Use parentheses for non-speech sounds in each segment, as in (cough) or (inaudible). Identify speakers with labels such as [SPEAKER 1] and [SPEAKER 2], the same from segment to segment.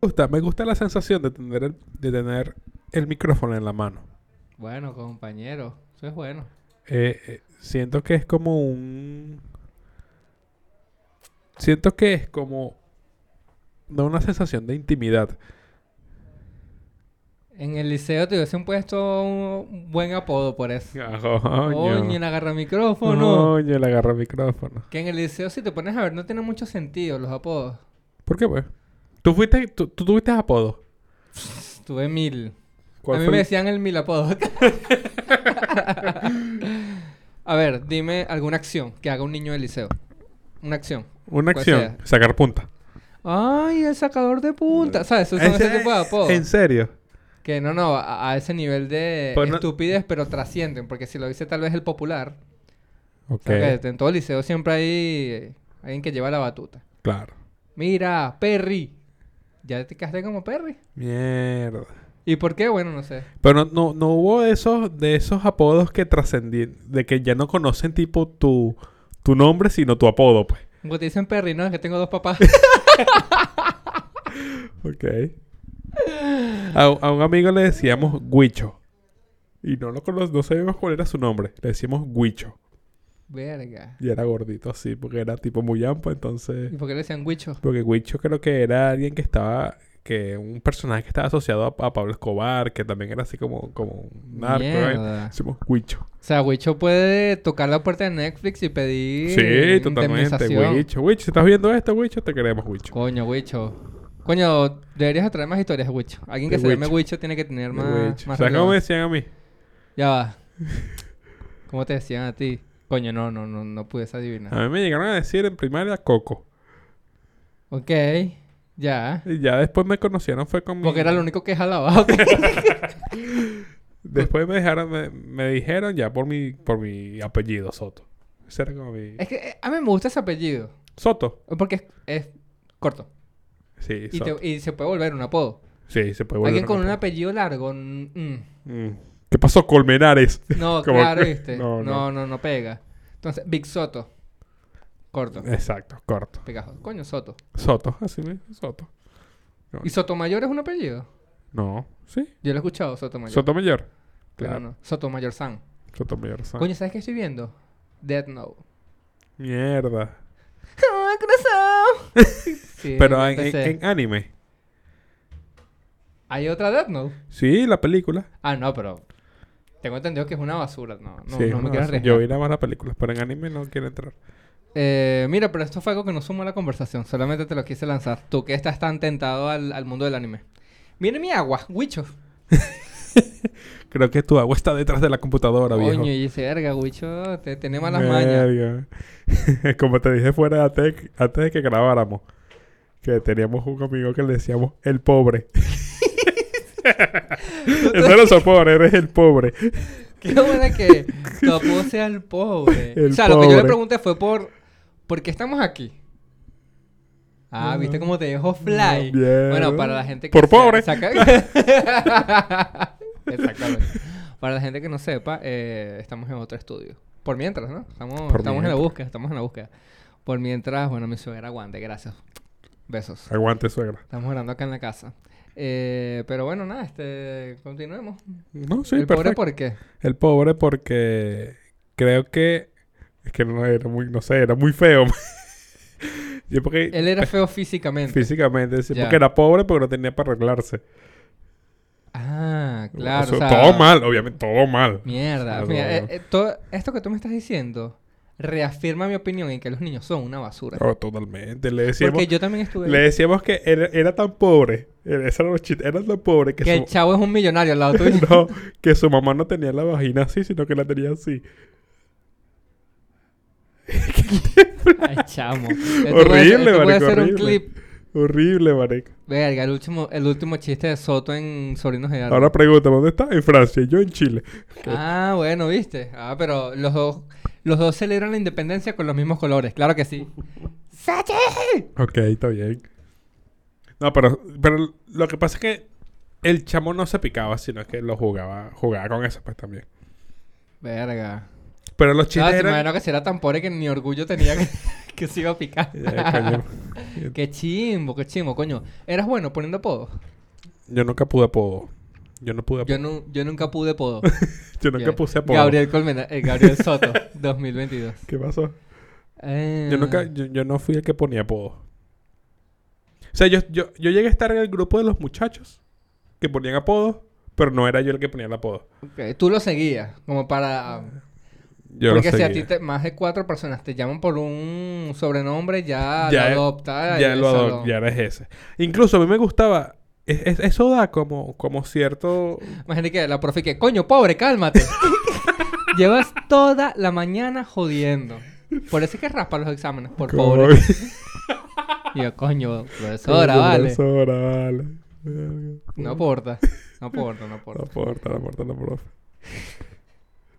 [SPEAKER 1] gusta, me gusta la sensación de tener el, de tener el micrófono en la mano.
[SPEAKER 2] Bueno, compañero, eso es bueno.
[SPEAKER 1] Eh, eh, siento que es como un... Siento que es como... Da una sensación de intimidad.
[SPEAKER 2] En el liceo te hubiesen puesto un buen apodo por eso. Oye,
[SPEAKER 1] Coño,
[SPEAKER 2] el agarra micrófono.
[SPEAKER 1] Coño, le agarra el micrófono.
[SPEAKER 2] Que en el liceo, si te pones a ver, no tiene mucho sentido los apodos.
[SPEAKER 1] ¿Por qué, pues? ¿Tú, fuiste, tú, tú tuviste apodo?
[SPEAKER 2] Tuve mil.
[SPEAKER 1] ¿Cuál
[SPEAKER 2] a mí
[SPEAKER 1] fue
[SPEAKER 2] me
[SPEAKER 1] el-
[SPEAKER 2] decían el mil apodos. (laughs) a ver, dime alguna acción que haga un niño del liceo. Una acción.
[SPEAKER 1] Una
[SPEAKER 2] ¿Cuál
[SPEAKER 1] acción. Sacar punta.
[SPEAKER 2] Ay, el sacador de punta. ¿Sabes? Esos son
[SPEAKER 1] ¿En
[SPEAKER 2] ese
[SPEAKER 1] se-
[SPEAKER 2] tipo de apodos.
[SPEAKER 1] ¿En serio?
[SPEAKER 2] Que no, no, a, a ese nivel de
[SPEAKER 1] Pues no-
[SPEAKER 2] estupidez, pero trascienden. Porque si lo dice tal vez el popular,
[SPEAKER 1] Ok.
[SPEAKER 2] o sea, que en todo el liceo siempre hay eh, alguien que lleva la batuta.
[SPEAKER 1] Claro. Mira,
[SPEAKER 2] Perry. Ya te quedaste como Perry.
[SPEAKER 1] Mierda.
[SPEAKER 2] ¿Y por qué? Bueno, no sé.
[SPEAKER 1] Pero no, no, no hubo de esos, de esos apodos que trascendí, de que ya no conocen tipo tu, tu nombre, sino tu apodo, pues.
[SPEAKER 2] Porque te dicen Perry, ¿no? Es que tengo
[SPEAKER 1] (laughs)
[SPEAKER 2] dos papás.
[SPEAKER 1] Ok. A, un- a un amigo le decíamos Guicho. Y no lo cono- no sabíamos cuál era su nombre. Le decíamos Guicho.
[SPEAKER 2] Verga.
[SPEAKER 1] Y era gordito así, porque era tipo muy amplio, entonces...
[SPEAKER 2] ¿Y por qué le decían Huicho?
[SPEAKER 1] Porque Huicho creo que era alguien que estaba... Que un personaje que estaba asociado a, a Pablo Escobar, que también era así como, como un narco. ¿eh?
[SPEAKER 2] Mierda.
[SPEAKER 1] Decimos Huicho.
[SPEAKER 2] O sea, Huicho puede tocar la puerta de Netflix y pedir
[SPEAKER 1] Sí, totalmente.
[SPEAKER 2] indemnización.
[SPEAKER 1] Huicho. Huicho, si estás viendo esto, Huicho, te queremos, Huicho.
[SPEAKER 2] Coño, Huicho. Coño, deberías traer más historias de Huicho. Alguien que
[SPEAKER 1] De
[SPEAKER 2] se llame
[SPEAKER 1] Huicho.
[SPEAKER 2] Huicho tiene que tener más...
[SPEAKER 1] Huicho.
[SPEAKER 2] más
[SPEAKER 1] ¿Sabes cómo me
[SPEAKER 2] relevancia.
[SPEAKER 1] decían a mí?
[SPEAKER 2] Ya va. ¿Cómo te decían a ti? Coño, no, no, no, no pude adivinar.
[SPEAKER 1] A mí me llegaron a decir en primaria Coco.
[SPEAKER 2] Ok, ya.
[SPEAKER 1] Y ya después me conocieron, fue con mi-
[SPEAKER 2] Porque era lo único que
[SPEAKER 1] (laughs)
[SPEAKER 2] jalaba. ok.
[SPEAKER 1] Después me dejaron, me, me dijeron ya por mi, por mi apellido, Soto. Ese era como mi...
[SPEAKER 2] es que eh, a mí me gusta ese apellido.
[SPEAKER 1] Soto.
[SPEAKER 2] Porque es, es corto.
[SPEAKER 1] Sí,
[SPEAKER 2] Y,
[SPEAKER 1] Soto.
[SPEAKER 2] te- y se puede volver un apodo.
[SPEAKER 1] Sí, se puede volver.
[SPEAKER 2] Alguien con un
[SPEAKER 1] una
[SPEAKER 2] apellido largo. mm,
[SPEAKER 1] (laughs)
[SPEAKER 2] mm.
[SPEAKER 1] Mm. ¿Qué pasó, Colmenares?
[SPEAKER 2] No,
[SPEAKER 1] Como
[SPEAKER 2] claro,
[SPEAKER 1] que-
[SPEAKER 2] ¿viste?
[SPEAKER 1] no, no.
[SPEAKER 2] No no. no, pega. Entonces, Big Soto. Corto.
[SPEAKER 1] Eh. Exacto, corto.
[SPEAKER 2] Pegajoso. Coño, Soto.
[SPEAKER 1] Soto, así me... Soto.
[SPEAKER 2] ¿Y Sotomayor es un apellido?
[SPEAKER 1] No, sí.
[SPEAKER 2] Yo lo he escuchado, Sotomayor.
[SPEAKER 1] Soto Mayor.
[SPEAKER 2] pero
[SPEAKER 1] Claro. Ah.
[SPEAKER 2] no. Sotomayor San.
[SPEAKER 1] Soto Mayor. San.
[SPEAKER 2] Coño, ¿sabes qué estoy viendo? Dead
[SPEAKER 1] (laughs)
[SPEAKER 2] Note. (laughs)
[SPEAKER 1] Mierda.
[SPEAKER 2] ¡Ah, corazón! Sí,
[SPEAKER 1] Pero
[SPEAKER 2] ya
[SPEAKER 1] en, en-
[SPEAKER 2] empecé.
[SPEAKER 1] en anime.
[SPEAKER 2] ¿Hay otra Death Note?
[SPEAKER 1] Sí, la película.
[SPEAKER 2] Ah, no, pero... Tengo entendido que es una basura. No, no,
[SPEAKER 1] Sí,
[SPEAKER 2] no me
[SPEAKER 1] no,
[SPEAKER 2] quiero
[SPEAKER 1] sí,
[SPEAKER 2] arriesgar.
[SPEAKER 1] Yo vi nada más la película, pero en anime no quiero entrar.
[SPEAKER 2] Eh, mira, pero esto fue algo que no sumó a la conversación. Solamente te lo quise lanzar. Tú que estás tan tentado al, al mundo del anime. Mira mi agua, Wicho.
[SPEAKER 1] Creo que tu agua está detrás de la computadora, viejo.
[SPEAKER 2] Coño, y dice, verga, Wicho, te tiene malas mañas.
[SPEAKER 1] Verga. (laughs) Como te dije fuera antes, de- antes de que grabáramos, que teníamos un amigo que le decíamos el
[SPEAKER 2] (laughs)
[SPEAKER 1] pobre. (laughs) Eso no sos pobre, eres el pobre.
[SPEAKER 2] Qué buena
[SPEAKER 1] (laughs)
[SPEAKER 2] que tu apodo sea el pobre.
[SPEAKER 1] El
[SPEAKER 2] o sea, lo que yo le
[SPEAKER 1] pobre.
[SPEAKER 2] pregunté fue por... ¿Por qué estamos aquí? Ah, ¿viste cómo te dejó fly?
[SPEAKER 1] Bien.
[SPEAKER 2] Bueno, para la gente que...
[SPEAKER 1] Por
[SPEAKER 2] sea-
[SPEAKER 1] pobre. (laughs)
[SPEAKER 2] saca- Exactamente. Para la gente que no sepa, eh, estamos en otro estudio. Por mientras, ¿no? Estamos,
[SPEAKER 1] Por
[SPEAKER 2] estamos en la
[SPEAKER 1] mientras.
[SPEAKER 2] búsqueda, estamos en la búsqueda. Por mientras, bueno, mi suegra aguante, gracias. Besos.
[SPEAKER 1] Aguante, suegra.
[SPEAKER 2] Estamos orando acá en la casa. Eh, pero bueno, nada, este, continuemos.
[SPEAKER 1] No, sí,
[SPEAKER 2] ¿El
[SPEAKER 1] perfecto.
[SPEAKER 2] pobre por qué?
[SPEAKER 1] El pobre porque creo que... Es que no era muy... No sé, era muy feo. (laughs) Yo porque...
[SPEAKER 2] Él era feo físicamente.
[SPEAKER 1] Físicamente, sí,
[SPEAKER 2] Ya.
[SPEAKER 1] porque era pobre, pero no tenía para arreglarse.
[SPEAKER 2] ah, claro.
[SPEAKER 1] Eso-
[SPEAKER 2] o sea,
[SPEAKER 1] todo mal, obviamente, todo mal.
[SPEAKER 2] Mierda.
[SPEAKER 1] Claro,
[SPEAKER 2] Mira, eh,
[SPEAKER 1] claro.
[SPEAKER 2] eh, todo esto que tú me estás diciendo reafirma mi opinión en que los niños son una basura.
[SPEAKER 1] Oh, totalmente. Le decíamos...
[SPEAKER 2] Porque yo también estuve...
[SPEAKER 1] Le decíamos que era, era tan pobre, era, ese era los chistes, era tan pobre que,
[SPEAKER 2] Que el
[SPEAKER 1] su,
[SPEAKER 2] chavo es un millonario al lado tuyo.
[SPEAKER 1] (laughs) no, que su mamá no tenía la vagina así, sino que la tenía así.
[SPEAKER 2] (laughs) Ay, chamo. Este
[SPEAKER 1] Horrible,
[SPEAKER 2] Voy a
[SPEAKER 1] marico,
[SPEAKER 2] hacer un
[SPEAKER 1] horrible.
[SPEAKER 2] clip.
[SPEAKER 1] Horrible, marica.
[SPEAKER 2] Verga, el último, el último chiste de Soto en Sobrinos de Arda.
[SPEAKER 1] Ahora pregunta, ¿dónde está? En Francia, y yo en Chile.
[SPEAKER 2] Ah, bueno, viste. Ah, pero los dos, los dos celebran la independencia con los mismos colores, claro
[SPEAKER 1] (laughs)
[SPEAKER 2] que sí. ¡Sachi!
[SPEAKER 1] Ok, está bien. No, pero, pero lo que pasa es que el chamo no se picaba, sino que lo jugaba, jugaba con eso pues también.
[SPEAKER 2] Verga.
[SPEAKER 1] Pero los
[SPEAKER 2] Ah, No,
[SPEAKER 1] chistes
[SPEAKER 2] te
[SPEAKER 1] eran... (laughs)
[SPEAKER 2] (laughs) imagino que si era tan pobre que ni orgullo tenía que, que se iba a picar.
[SPEAKER 1] Ya, Eh, coño.
[SPEAKER 2] Qué chimbo, qué chimbo, coño. Eras bueno poniendo apodos.
[SPEAKER 1] Yo nunca pude apodo. Yo no pude apodo.
[SPEAKER 2] Yo, nu- yo nunca pude apodo.
[SPEAKER 1] Yo (laughs) nunca
[SPEAKER 2] Yo-
[SPEAKER 1] puse apodo.
[SPEAKER 2] Gabriel Colmena, eh,
[SPEAKER 1] (laughs)
[SPEAKER 2] Gabriel Soto, 2022.
[SPEAKER 1] ¿Qué pasó?
[SPEAKER 2] Eh,
[SPEAKER 1] Yo nunca, yo, yo no fui el que ponía apodo. O sea, yo, yo, yo llegué a estar en el grupo de los muchachos que ponían apodos, pero no era yo el que ponía el apodo.
[SPEAKER 2] ok, Tú lo seguías, como para...
[SPEAKER 1] Yo
[SPEAKER 2] porque
[SPEAKER 1] lo
[SPEAKER 2] si a
[SPEAKER 1] seguía.
[SPEAKER 2] ti te- más de cuatro personas te llaman por un sobrenombre, ya,
[SPEAKER 1] Ya,
[SPEAKER 2] lo adoptas.
[SPEAKER 1] ya
[SPEAKER 2] y
[SPEAKER 1] lo
[SPEAKER 2] eso
[SPEAKER 1] adop- ya eres ese. Incluso a mí me gustaba. es- es- eso da como, como cierto.
[SPEAKER 2] Imagínate que la profe que, coño,
[SPEAKER 1] (laughs)
[SPEAKER 2] pobre, cálmate. (laughs) Llevas toda la mañana jodiendo. Por eso es que raspa los exámenes, por pobre. Y yo, coño, profesora,
[SPEAKER 1] Como
[SPEAKER 2] vale.
[SPEAKER 1] Profesora, vale. Verga.
[SPEAKER 2] No aporta. No aporta, no
[SPEAKER 1] No
[SPEAKER 2] aporta.
[SPEAKER 1] aporta, no aporta, no profe.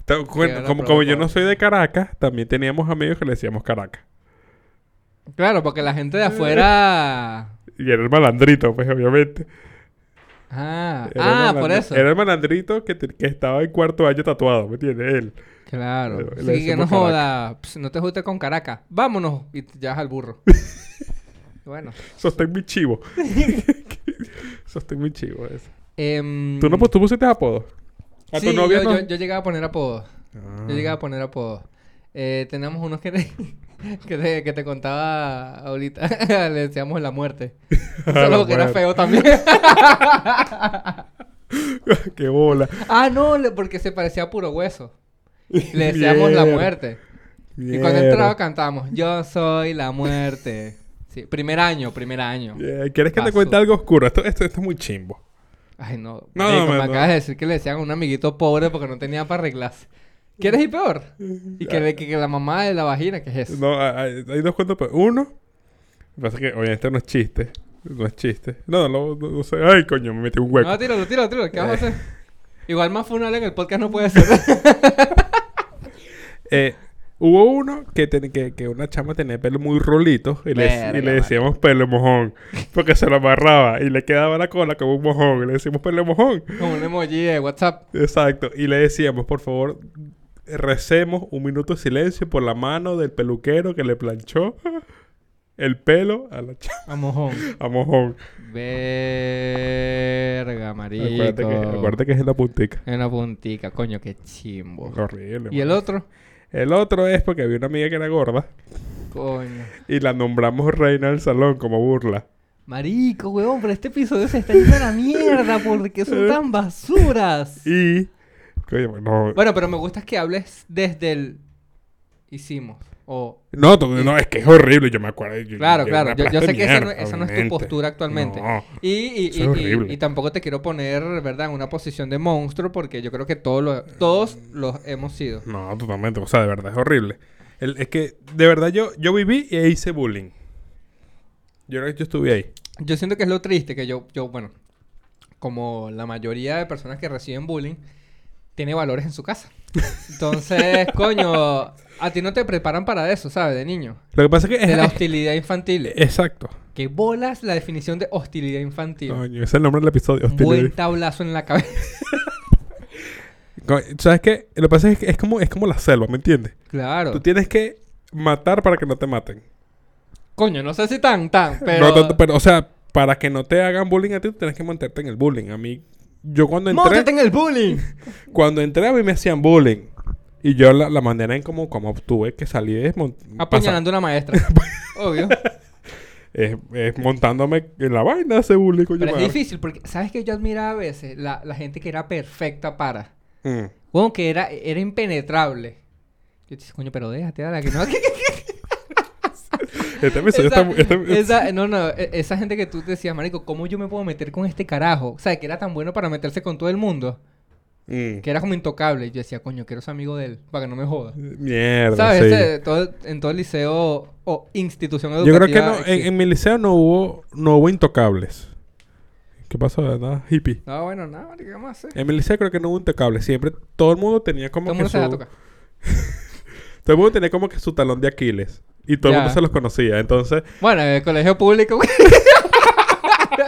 [SPEAKER 1] Ta- bueno,
[SPEAKER 2] la
[SPEAKER 1] como,
[SPEAKER 2] profe
[SPEAKER 1] como yo no
[SPEAKER 2] aporta.
[SPEAKER 1] soy de Caracas, también teníamos amigos que le decíamos Caracas.
[SPEAKER 2] Claro, porque la gente de afuera.
[SPEAKER 1] Y era el malandrito, pues, obviamente.
[SPEAKER 2] Ah,
[SPEAKER 1] Era el
[SPEAKER 2] ah
[SPEAKER 1] malandro-
[SPEAKER 2] por eso.
[SPEAKER 1] Era el malandrito que, te- que estaba en cuarto año tatuado, ¿me entiendes? Él.
[SPEAKER 2] Claro.
[SPEAKER 1] Le- le
[SPEAKER 2] Sí, que no
[SPEAKER 1] decimos Caracas.
[SPEAKER 2] joda. Ps, no te jutes con Caracas. Vámonos. Y te llevas
[SPEAKER 1] (laughs)
[SPEAKER 2] al burro. bueno.
[SPEAKER 1] Sostén mi
[SPEAKER 2] (laughs)
[SPEAKER 1] chivo. Sostén mi chivo. eso.
[SPEAKER 2] em,
[SPEAKER 1] ¿Tú, no, pus- ¿Tú pusiste apodo? ¿A
[SPEAKER 2] sí,
[SPEAKER 1] tu novia
[SPEAKER 2] yo,
[SPEAKER 1] no?
[SPEAKER 2] yo- yo llegaba a poner apodos.
[SPEAKER 1] Ah.
[SPEAKER 2] Yo llegaba a poner apodos. Eh, tenemos unos que te, (laughs) que te, que te contaba ahorita. (laughs) Le decíamos la muerte.
[SPEAKER 1] (laughs) Ah, La
[SPEAKER 2] (laughs) Solo que era
[SPEAKER 1] muerte.
[SPEAKER 2] feo también. (laughs)
[SPEAKER 1] (laughs) ¡Qué bola!
[SPEAKER 2] ah, no, le- porque se parecía a puro hueso. Le decíamos la
[SPEAKER 1] Mierda,
[SPEAKER 2] muerte. Y cuando
[SPEAKER 1] mierda.
[SPEAKER 2] entraba cantábamos, yo soy la muerte. Sí, primer año, primer año.
[SPEAKER 1] Yeah, ¿Quieres que te
[SPEAKER 2] Paso.
[SPEAKER 1] cuente algo oscuro? Esto, esto, esto es muy chimbo.
[SPEAKER 2] Ay, no.
[SPEAKER 1] No,
[SPEAKER 2] marico,
[SPEAKER 1] no,
[SPEAKER 2] me
[SPEAKER 1] no.
[SPEAKER 2] acabas de decir que le decían a un amiguito pobre porque no tenía para arreglarse. ¿Quieres ir peor? Y que, le- que, que la mamá de la vagina, ¿qué es eso?
[SPEAKER 1] (laughs) No, hay, hay dos cuentos. pe- Uno, lo que pasa es que, oye, este no es chiste. No es chiste. No, no, no, no sé. Ay, coño, me metí un hueco.
[SPEAKER 2] No, tíralo, tíralo, tíralo. ¿Qué vas
[SPEAKER 1] (laughs)
[SPEAKER 2] a hacer? Igual más funal en el podcast no puede ser. (laughs)
[SPEAKER 1] Eh, hubo uno que, ten- que, que una chama tenía pelo muy rolito y le,
[SPEAKER 2] Verga,
[SPEAKER 1] y le
[SPEAKER 2] mano.
[SPEAKER 1] decíamos pelo mojón. Porque se lo amarraba y le quedaba la cola como un mojón. Y le decíamos pelo mojón.
[SPEAKER 2] Como un emoji de WhatsApp.
[SPEAKER 1] Exacto. Y le decíamos, por favor, recemos un minuto de silencio por la mano del peluquero que le planchó el pelo a la chama.
[SPEAKER 2] A mojón.
[SPEAKER 1] A mojón.
[SPEAKER 2] Verga, marico.
[SPEAKER 1] Acuérdate que, acuérdate que es en la puntica.
[SPEAKER 2] En la puntica, coño, qué chimbo.
[SPEAKER 1] Horrible.
[SPEAKER 2] ¿Y el
[SPEAKER 1] mano.
[SPEAKER 2] otro?
[SPEAKER 1] El otro es porque había una amiga que era gorda
[SPEAKER 2] Coño.
[SPEAKER 1] y la nombramos reina del salón como burla.
[SPEAKER 2] Marico, weón, pero este episodio se está yendo a la mierda porque son tan basuras.
[SPEAKER 1] Y. Coño, pues, bueno,
[SPEAKER 2] Bueno, pero me gusta que hables desde el hicimos. O
[SPEAKER 1] No, to- no, es que es horrible, yo me acuerdo. yo-
[SPEAKER 2] Claro,
[SPEAKER 1] yo
[SPEAKER 2] claro.
[SPEAKER 1] era
[SPEAKER 2] Yo, yo sé que esa no,
[SPEAKER 1] plastomierda,
[SPEAKER 2] esa no es tu
[SPEAKER 1] obviamente.
[SPEAKER 2] postura actualmente.
[SPEAKER 1] No.
[SPEAKER 2] y,
[SPEAKER 1] eso
[SPEAKER 2] y, y-
[SPEAKER 1] es
[SPEAKER 2] y-
[SPEAKER 1] horrible.
[SPEAKER 2] y tampoco te quiero poner, ¿verdad?, en una posición de monstruo porque yo creo que todos los, todos los hemos sido.
[SPEAKER 1] No, totalmente. O sea, de verdad, es horrible. El- es que, de verdad, yo, yo viví e hice bullying. Yo creo que yo estuve ahí.
[SPEAKER 2] Yo siento que es lo triste que yo, yo bueno, como la mayoría de personas que reciben bullying, tiene valores en su casa. Entonces, coño, a ti no te preparan para eso, ¿sabes? De niño.
[SPEAKER 1] Lo que pasa es que...
[SPEAKER 2] De
[SPEAKER 1] es-
[SPEAKER 2] la hostilidad infantil.
[SPEAKER 1] exacto.
[SPEAKER 2] Que bolas la definición de hostilidad infantil.
[SPEAKER 1] Coño, ese es el nombre del episodio. hostil.
[SPEAKER 2] Buen tablazo en la cabeza. (laughs)
[SPEAKER 1] Co- ¿Sabes qué? Lo que pasa es que es como, es como la selva, ¿me entiendes?
[SPEAKER 2] Claro.
[SPEAKER 1] Tú tienes que matar para que no te maten.
[SPEAKER 2] Coño, no sé si tan, tan, pero...
[SPEAKER 1] No tanto, pero, o sea, para que no te hagan bullying a ti, tú tienes que mantenerte en el bullying. A mí, yo cuando entré...
[SPEAKER 2] ¡Móntate en el bullying!
[SPEAKER 1] Cuando entré a mí me hacían bullying. Y yo la, la manera en como, como obtuve que salí es, mon-
[SPEAKER 2] Apuñalando a
[SPEAKER 1] (laughs)
[SPEAKER 2] una maestra. Obvio.
[SPEAKER 1] pasa- es, es montándome en la vaina ese bullying. coño
[SPEAKER 2] Pero es
[SPEAKER 1] madre.
[SPEAKER 2] difícil porque, ¿sabes que Yo admiraba a veces la, la gente que era perfecta para.
[SPEAKER 1] Mm.
[SPEAKER 2] Bueno, que era, era impenetrable. Yo te decía, coño, pero déjate, a la que no.
[SPEAKER 1] (laughs) Este episodio
[SPEAKER 2] esa,
[SPEAKER 1] está... mu- este-
[SPEAKER 2] esa- no, no, e- esa gente que tú te decías, marico, ¿cómo yo me puedo meter con este carajo? O sea, que era tan bueno para meterse con todo el mundo,
[SPEAKER 1] Mm.
[SPEAKER 2] que era como intocable. Yo decía, coño, quiero ser amigo de él, para que no me joda.
[SPEAKER 1] Mierda,
[SPEAKER 2] ¿Sabes?
[SPEAKER 1] sí.
[SPEAKER 2] Ese- todo- en todo el liceo o institución
[SPEAKER 1] Yo
[SPEAKER 2] educativa.
[SPEAKER 1] creo que no, en,
[SPEAKER 2] existe.
[SPEAKER 1] en mi liceo no hubo, no hubo intocables. ¿Qué pasó? Nada, hippie.
[SPEAKER 2] No, bueno, nada, marico, ¿qué vamos a hacer?
[SPEAKER 1] En mi liceo creo que no hubo intocables. Siempre todo el mundo tenía como
[SPEAKER 2] Todo el
[SPEAKER 1] que
[SPEAKER 2] mundo se
[SPEAKER 1] su...
[SPEAKER 2] deja tocar.
[SPEAKER 1] Todo el mundo tenía como que su talón de Aquiles. Y todo
[SPEAKER 2] Ya.
[SPEAKER 1] el mundo se los conocía. Entonces,
[SPEAKER 2] Bueno, en el colegio público, güey. (laughs)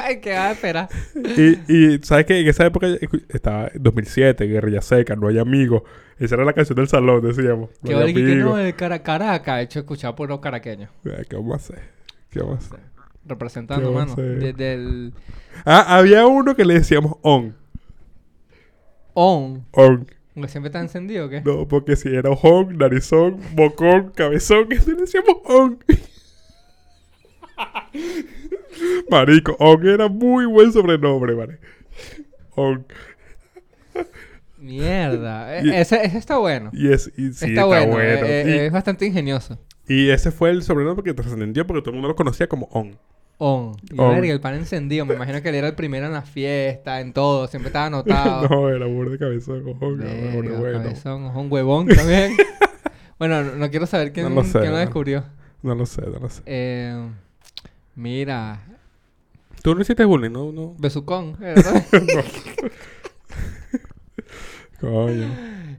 [SPEAKER 2] Ay, ¿Qué vas a esperar?
[SPEAKER 1] Y, y sabes que en esa época escu- estaba en 2007, Guerrilla Seca, No hay amigos. Esa era la canción del salón, decíamos. No
[SPEAKER 2] Que
[SPEAKER 1] hay
[SPEAKER 2] ahora que eh.
[SPEAKER 1] amigos.
[SPEAKER 2] no, de cara Caracas. He hecho escuchar por los caraqueños.
[SPEAKER 1] Ah, ¿Qué vamos a hacer? ¿Qué vamos a hacer?
[SPEAKER 2] representando,
[SPEAKER 1] Yo
[SPEAKER 2] mano.
[SPEAKER 1] sé.
[SPEAKER 2] Desde el
[SPEAKER 1] Ah, había uno que le decíamos on.
[SPEAKER 2] on.
[SPEAKER 1] On.
[SPEAKER 2] Porque siempre está encendido, ¿o ¿qué?
[SPEAKER 1] No, porque si era ojón, narizón, bocón, cabezón, eso le decíamos on. Marico, on era muy buen sobrenombre, vale. On. (laughs)
[SPEAKER 2] Mierda. Eh,
[SPEAKER 1] Y-
[SPEAKER 2] ese, ese está bueno.
[SPEAKER 1] Y, es, y sí,
[SPEAKER 2] está, bueno. eh,
[SPEAKER 1] bueno.
[SPEAKER 2] eh,
[SPEAKER 1] Y-
[SPEAKER 2] es bastante ingenioso.
[SPEAKER 1] Y ese fue el sobrenombre que trascendió porque todo el mundo lo conocía como On.
[SPEAKER 2] On. Y
[SPEAKER 1] On.
[SPEAKER 2] verga, el pan encendido. Me imagino que él era el primero en la fiesta, en todo. Siempre estaba anotado.
[SPEAKER 1] (laughs) no, era burro de cabeza de cojón.
[SPEAKER 2] Ah. Verga,
[SPEAKER 1] cabrón, bueno.
[SPEAKER 2] cabezón, un huevón también.
[SPEAKER 1] (laughs)
[SPEAKER 2] bueno, no, no quiero saber quién,
[SPEAKER 1] No lo sé,
[SPEAKER 2] quién lo
[SPEAKER 1] ¿no?
[SPEAKER 2] descubrió.
[SPEAKER 1] No lo sé, no lo sé.
[SPEAKER 2] Eh, mira,
[SPEAKER 1] Tú no hiciste bullying, ¿no? no.
[SPEAKER 2] Besucón,
[SPEAKER 1] (laughs)
[SPEAKER 2] ¿verdad?
[SPEAKER 1] Coño.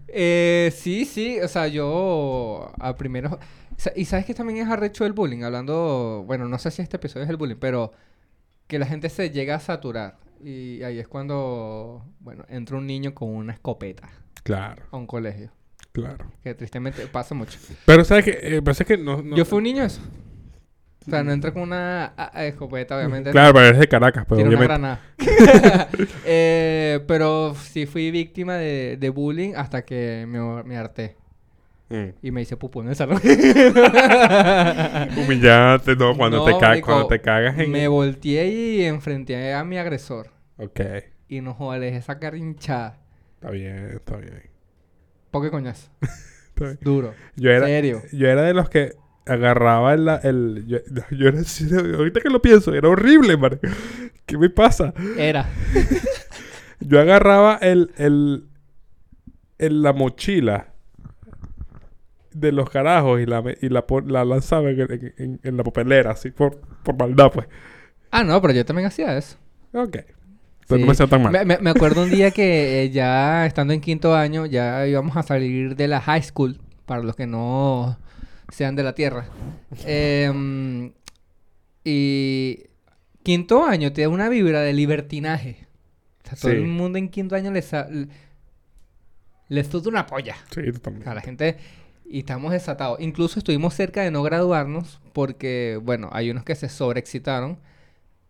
[SPEAKER 2] Eh, sí, sí, o sea, yo a primero... sa- Y sabes que también es arrecho el bullying, hablando, bueno, no sé si este episodio es el bullying, pero que la gente se llega a saturar. Y ahí es cuando, bueno, entra un niño con una escopeta
[SPEAKER 1] Claro,
[SPEAKER 2] a un colegio,
[SPEAKER 1] claro.
[SPEAKER 2] que tristemente pasa mucho.
[SPEAKER 1] Pero sabes que, eh, pero es que no, no-
[SPEAKER 2] Yo fui un niño eso. O sea, no entra con una ah, ah, escopeta, obviamente.
[SPEAKER 1] Claro, pero eres de Caracas, pero
[SPEAKER 2] Tiene una
[SPEAKER 1] obviamente.
[SPEAKER 2] granada. (laughs) Eh, pero sí fui víctima de, de bullying hasta que me, me harté.
[SPEAKER 1] Mm.
[SPEAKER 2] Y me hice pupú en el salón. (laughs)
[SPEAKER 1] (laughs) Humillante, no, cuando
[SPEAKER 2] No,
[SPEAKER 1] te cagas,
[SPEAKER 2] marico,
[SPEAKER 1] cuando te cagas en.
[SPEAKER 2] Me volteé y enfrenté a mi agresor.
[SPEAKER 1] Ok, está
[SPEAKER 2] Y no jodas, esa carrinchada.
[SPEAKER 1] bien, está bien.
[SPEAKER 2] Poque coñazo.
[SPEAKER 1] Está bien.
[SPEAKER 2] Duro.
[SPEAKER 1] Yo era,
[SPEAKER 2] Serio.
[SPEAKER 1] yo era de los que agarraba el... el yo, (laughs) yo era así, ahorita que lo pienso, era horrible, man. ¿Qué me pasa?
[SPEAKER 2] Era.
[SPEAKER 1] Yo agarraba el, el, el- la mochila de los carajos y la, me- y la, pon- la lanzaba en, en- en- en la papelera, así, por, por maldad, pues.
[SPEAKER 2] Ah, no, pero yo también hacía eso.
[SPEAKER 1] Ok. Entonces no
[SPEAKER 2] Sí.
[SPEAKER 1] me hacía tan mal.
[SPEAKER 2] Me, me- me acuerdo un día que eh, ya estando en quinto año, ya íbamos a salir de la high school, para los que no sean de la tierra. Em, y quinto año te da una vibra de libertinaje. O sea, todo
[SPEAKER 1] Sí.
[SPEAKER 2] el mundo en quinto año les, sa- l- les tuta una polla.
[SPEAKER 1] Sí,
[SPEAKER 2] O
[SPEAKER 1] totalmente.
[SPEAKER 2] sea, la gente... Y estamos desatados. Incluso estuvimos cerca de no graduarnos porque, bueno, hay unos que se sobreexcitaron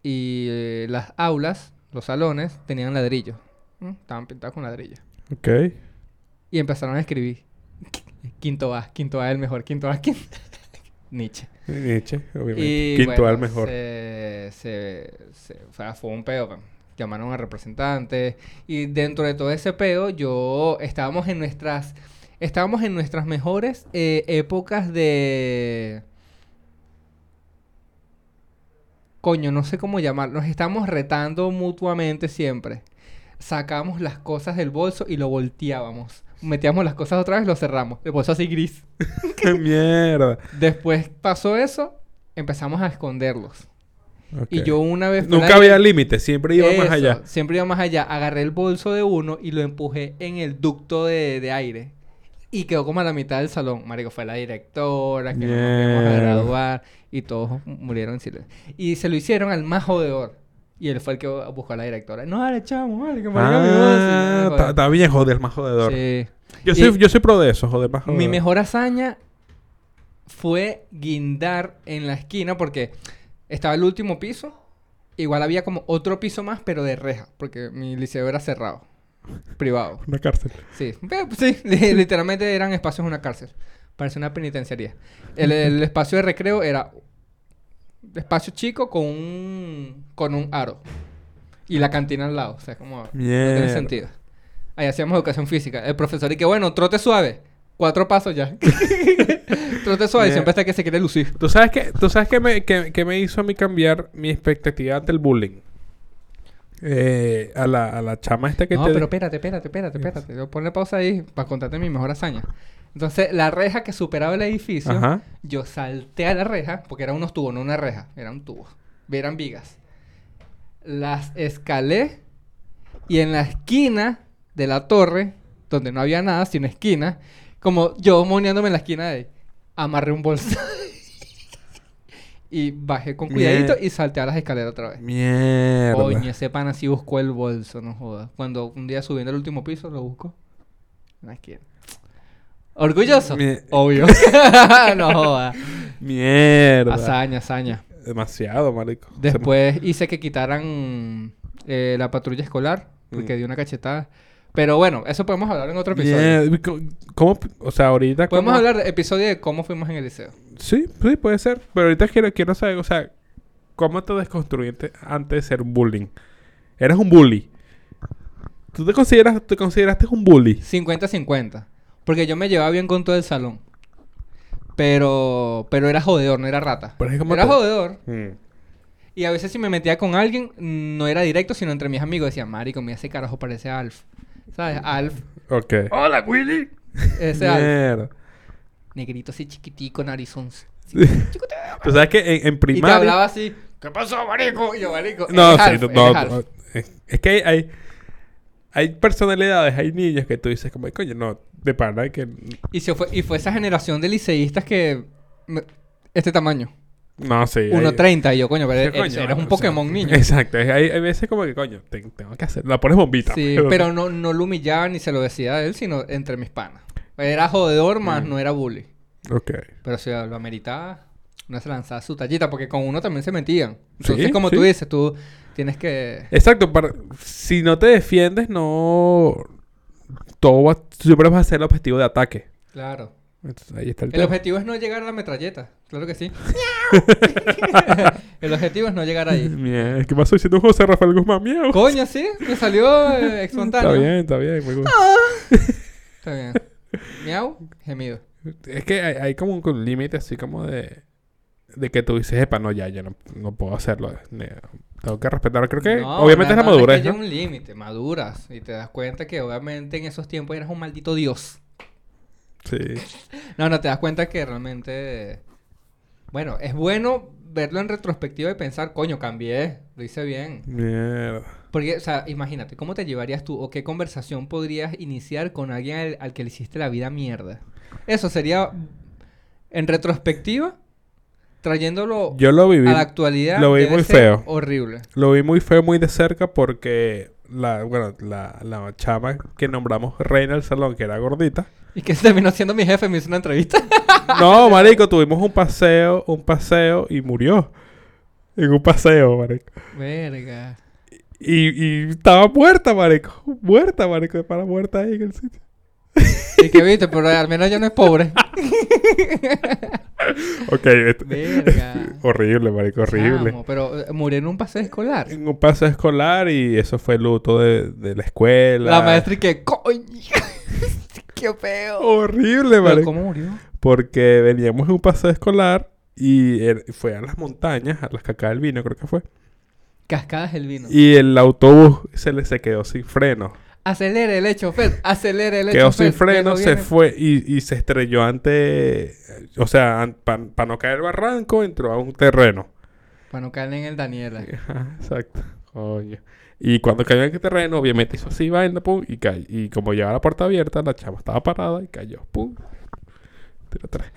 [SPEAKER 2] y eh, las aulas, los salones, tenían ladrillos. ¿m? Estaban pintados con ladrillos.
[SPEAKER 1] Ok.
[SPEAKER 2] Y empezaron a escribir. Quinto A, quinto A es el mejor, quinto A, quinto (laughs) Nietzsche.
[SPEAKER 1] Nietzsche, obviamente.
[SPEAKER 2] Y
[SPEAKER 1] Quinto
[SPEAKER 2] bueno,
[SPEAKER 1] al mejor.
[SPEAKER 2] Se, se, se- o sea, fue un peo. pa. Llamaron a representantes. Y dentro de todo ese peo, yo estábamos en nuestras. Estábamos en nuestras mejores eh, épocas de. Coño, no sé cómo llamar. Nos estamos retando mutuamente siempre. Sacamos las cosas del bolso y lo volteábamos. Metíamos las cosas otra vez, lo cerramos. El bolso así gris.
[SPEAKER 1] (laughs) ¡Qué mierda!
[SPEAKER 2] Después pasó eso, empezamos a esconderlos.
[SPEAKER 1] Ok.
[SPEAKER 2] Y yo una vez...
[SPEAKER 1] Nunca había límite, siempre iba más
[SPEAKER 2] Eso,
[SPEAKER 1] allá.
[SPEAKER 2] Siempre iba más allá. Agarré el bolso de uno y lo empujé en el ducto de, de aire. Y quedó como a la mitad del salón. Marico, fue la directora, que no nos íbamos a
[SPEAKER 1] Mierda.
[SPEAKER 2] graduar. Y todos murieron en silencio. Y se lo hicieron al más jodedor. Y él fue el que buscó a la directora. No, dale, chamo, dale, que marica mi bolso". Y
[SPEAKER 1] Ah,
[SPEAKER 2] yo,
[SPEAKER 1] está-
[SPEAKER 2] "Joder".
[SPEAKER 1] está bien, joder, más jodedor.
[SPEAKER 2] Sí.
[SPEAKER 1] Yo, soy,
[SPEAKER 2] Y-
[SPEAKER 1] yo soy pro de eso, joder, más jodedor.
[SPEAKER 2] Mi mejor hazaña fue guindar en la esquina porque estaba el último piso. Igual había como otro piso más, pero de reja, porque mi liceo era cerrado, privado.
[SPEAKER 1] Una cárcel.
[SPEAKER 2] Sí, Pe- sí, li- literalmente eran espacios de una cárcel. Parece una penitenciaría. El, el espacio de recreo era un espacio chico con un, con un aro. Y la cantina al lado. O sea, como... No tiene
[SPEAKER 1] Mierda.
[SPEAKER 2] sentido. Ahí hacíamos educación física. El profesor y que bueno, trote suave. Cuatro pasos ya. (laughs) trote suave.
[SPEAKER 1] Bien.
[SPEAKER 2] Siempre está que se quiere lucir.
[SPEAKER 1] ¿Tú sabes qué, tú sabes qué, me, qué- qué me hizo a mí cambiar mi expectativa ante el bullying? Eh, a, la, a la chama esta que
[SPEAKER 2] no,
[SPEAKER 1] te...
[SPEAKER 2] pero espérate, espérate, espérate, espérate. Yo ponle pausa ahí para contarte mi mejor hazaña. Entonces, la reja que superaba el edificio,
[SPEAKER 1] Ajá.
[SPEAKER 2] yo salté a la reja, porque eran unos tubos, no una reja, eran tubos, eran vigas. Las escalé y en la esquina de la torre, donde no había nada, sino esquina, como yo moneándome en la esquina de ahí, amarré un bolso (laughs) y bajé con cuidadito
[SPEAKER 1] Mie-
[SPEAKER 2] y salté a las escaleras otra vez.
[SPEAKER 1] Mierda.
[SPEAKER 2] Coño, ese pana sí buscó el bolso, no jodas. Cuando un día subiendo al último piso lo buscó. No es que- ¿Orgulloso?
[SPEAKER 1] Mi- (laughs)
[SPEAKER 2] Obvio. (laughs) no jodas.
[SPEAKER 1] Mierda.
[SPEAKER 2] Hazaña, hazaña.
[SPEAKER 1] Demasiado, marico. Se
[SPEAKER 2] Después hice que quitaran eh, la patrulla escolar
[SPEAKER 1] Mm.
[SPEAKER 2] porque di una cachetada. Pero bueno, eso podemos hablar en otro
[SPEAKER 1] me-
[SPEAKER 2] episodio.
[SPEAKER 1] Yeah, co- ¿Cómo? O sea, ahorita...
[SPEAKER 2] Podemos
[SPEAKER 1] ¿cómo?
[SPEAKER 2] hablar de episodio de cómo fuimos en el liceo.
[SPEAKER 1] Sí, sí, puede ser. Pero ahorita quiero, quiero saber, o sea, ¿cómo te desconstruiste antes de ser bullying? Eres un bully. ¿Tú te consideras, te consideraste un bully?
[SPEAKER 2] 50-50. Porque yo me llevaba bien con todo el salón. Pero pero era jodedor, no era rata.
[SPEAKER 1] Pero es como
[SPEAKER 2] era
[SPEAKER 1] te-
[SPEAKER 2] jodedor.
[SPEAKER 1] Mm.
[SPEAKER 2] Y a veces si me metía con alguien, no era directo, sino entre mis amigos. Decían, marico, mira ese carajo parece Alf. ¿Sabes? Alf.
[SPEAKER 1] Ok.
[SPEAKER 3] Hola, Willy.
[SPEAKER 2] Ese Alf.
[SPEAKER 1] Mierda.
[SPEAKER 2] Negrito así chiquitico, narizón.
[SPEAKER 1] (laughs) Tú sabes que en, en
[SPEAKER 2] Y te hablaba
[SPEAKER 1] primaria...
[SPEAKER 2] así. ¿Qué pasó, marico? Y yo, marico,
[SPEAKER 1] No,
[SPEAKER 2] eres
[SPEAKER 1] sí,
[SPEAKER 2] Alf,
[SPEAKER 1] no,
[SPEAKER 2] eres
[SPEAKER 1] no,
[SPEAKER 2] Alf".
[SPEAKER 1] no, es- Es que hay, hay, hay personalidades, hay niños que tú dices como, coño, no, de pana que...
[SPEAKER 2] Y, se fue, y fue esa generación de liceístas que... me- este tamaño.
[SPEAKER 1] No, sí. hay-
[SPEAKER 2] 1.30. Y yo, coño, pero
[SPEAKER 1] ¿Qué
[SPEAKER 2] eres,
[SPEAKER 1] coño, pues,
[SPEAKER 2] eres
[SPEAKER 1] mano?
[SPEAKER 2] un
[SPEAKER 1] O
[SPEAKER 2] Pokémon
[SPEAKER 1] sea, (laughs)
[SPEAKER 2] niño.
[SPEAKER 1] Exacto. es- Hay, hay veces como que, coño, te- tengo que hacer... La pones bombita. (laughs)
[SPEAKER 2] Sí, pero no, no lo humillaba ni se lo decía a él, sino entre mis panas. Era jodedor, más
[SPEAKER 1] Mm.
[SPEAKER 2] no era bully.
[SPEAKER 1] Ok.
[SPEAKER 2] Pero si lo ameritaba, no se lanzaba su tallita, porque con uno también se metían. Entonces,
[SPEAKER 1] Sí,
[SPEAKER 2] como tú
[SPEAKER 1] sí.
[SPEAKER 2] dices, tú tienes que...
[SPEAKER 1] Exacto. para- si no te defiendes, no... Todo va- siempre vas a ser el objetivo de ataque.
[SPEAKER 2] Claro.
[SPEAKER 1] Entonces, ahí está el,
[SPEAKER 2] El
[SPEAKER 1] tema.
[SPEAKER 2] objetivo es no llegar a la metralleta. Claro
[SPEAKER 1] (laughs)
[SPEAKER 2] que sí. (laughs) el objetivo es no llegar
[SPEAKER 1] (laughs)
[SPEAKER 2] ahí.
[SPEAKER 1] Mierda, ¿Qué pasó diciendo "Oh, José Rafael Guzmán? Miedo.
[SPEAKER 2] (laughs) Coño, sí. Me salió eh, espontáneo.
[SPEAKER 1] Está bien, está bien. muy bueno.
[SPEAKER 2] Está bien. Miau, gemido.
[SPEAKER 1] Es que hay, hay como un, un límite así como de... De que tú dices, epa, no, ya, ya no, no puedo hacerlo. ne- Tengo que respetar. Creo que
[SPEAKER 2] No,
[SPEAKER 1] obviamente es la
[SPEAKER 2] nada más
[SPEAKER 1] madurez,
[SPEAKER 2] que llega
[SPEAKER 1] ¿no?
[SPEAKER 2] un límite, maduras. Y te das cuenta que obviamente en esos tiempos eras un maldito dios.
[SPEAKER 1] Sí.
[SPEAKER 2] No, no, te das cuenta que realmente... Bueno, es bueno verlo en retrospectiva y pensar, coño, cambié, lo hice bien.
[SPEAKER 1] Mierda.
[SPEAKER 2] Porque, o sea, imagínate, ¿cómo te llevarías tú o qué conversación podrías iniciar con alguien al, al que le hiciste la vida mierda? Eso sería, en retrospectiva, trayéndolo
[SPEAKER 1] Yo lo viví.
[SPEAKER 2] a la actualidad.
[SPEAKER 1] lo vi
[SPEAKER 2] debe
[SPEAKER 1] muy
[SPEAKER 2] ser
[SPEAKER 1] feo.
[SPEAKER 2] Horrible.
[SPEAKER 1] Lo vi muy feo, muy de cerca porque la, bueno, la, la chama que nombramos reina del salón, que era gordita.
[SPEAKER 2] (laughs) Y que terminó siendo mi jefe, me hizo una entrevista.
[SPEAKER 1] No, marico, tuvimos un paseo, un paseo y murió. En un paseo, marico.
[SPEAKER 2] Verga.
[SPEAKER 1] Y, y estaba muerta, marico. Muerta, marico. De para muerta ahí en el sitio.
[SPEAKER 2] Y que viste, pero al menos yo no es pobre.
[SPEAKER 1] Ok. esto-
[SPEAKER 2] (laughs) Verga.
[SPEAKER 1] (laughs) horrible, marico. Horrible.
[SPEAKER 2] Chamo, pero eh, murió en un paseo escolar.
[SPEAKER 1] En un paseo escolar y eso fue luto de, de la escuela.
[SPEAKER 2] La maestra y que, coño. (laughs) Qué feo.
[SPEAKER 1] Horrible,
[SPEAKER 2] Pero,
[SPEAKER 1] marico.
[SPEAKER 2] ¿Cómo murió?
[SPEAKER 1] Porque veníamos de un paseo escolar y er- fue a las montañas, a las cacas del vino, creo que fue.
[SPEAKER 2] Cascadas el vino.
[SPEAKER 1] Y el autobús se le se quedó sin freno.
[SPEAKER 2] Acelere el hecho, Fed. Acelere el hecho.
[SPEAKER 1] quedó sin
[SPEAKER 2] Fed, que
[SPEAKER 1] freno,
[SPEAKER 2] no
[SPEAKER 1] se
[SPEAKER 2] viene.
[SPEAKER 1] fue y, y se estrelló ante. O sea, para no caer el barranco, entró a un terreno.
[SPEAKER 2] Para no caer en el Daniela.
[SPEAKER 1] Ajá, Exacto. Coño. Y cuando cayó en el terreno, obviamente hizo así, vaina, pum, y cayó. Y como llevaba la puerta abierta, la chava estaba parada y cayó, pum. Tiro atrás.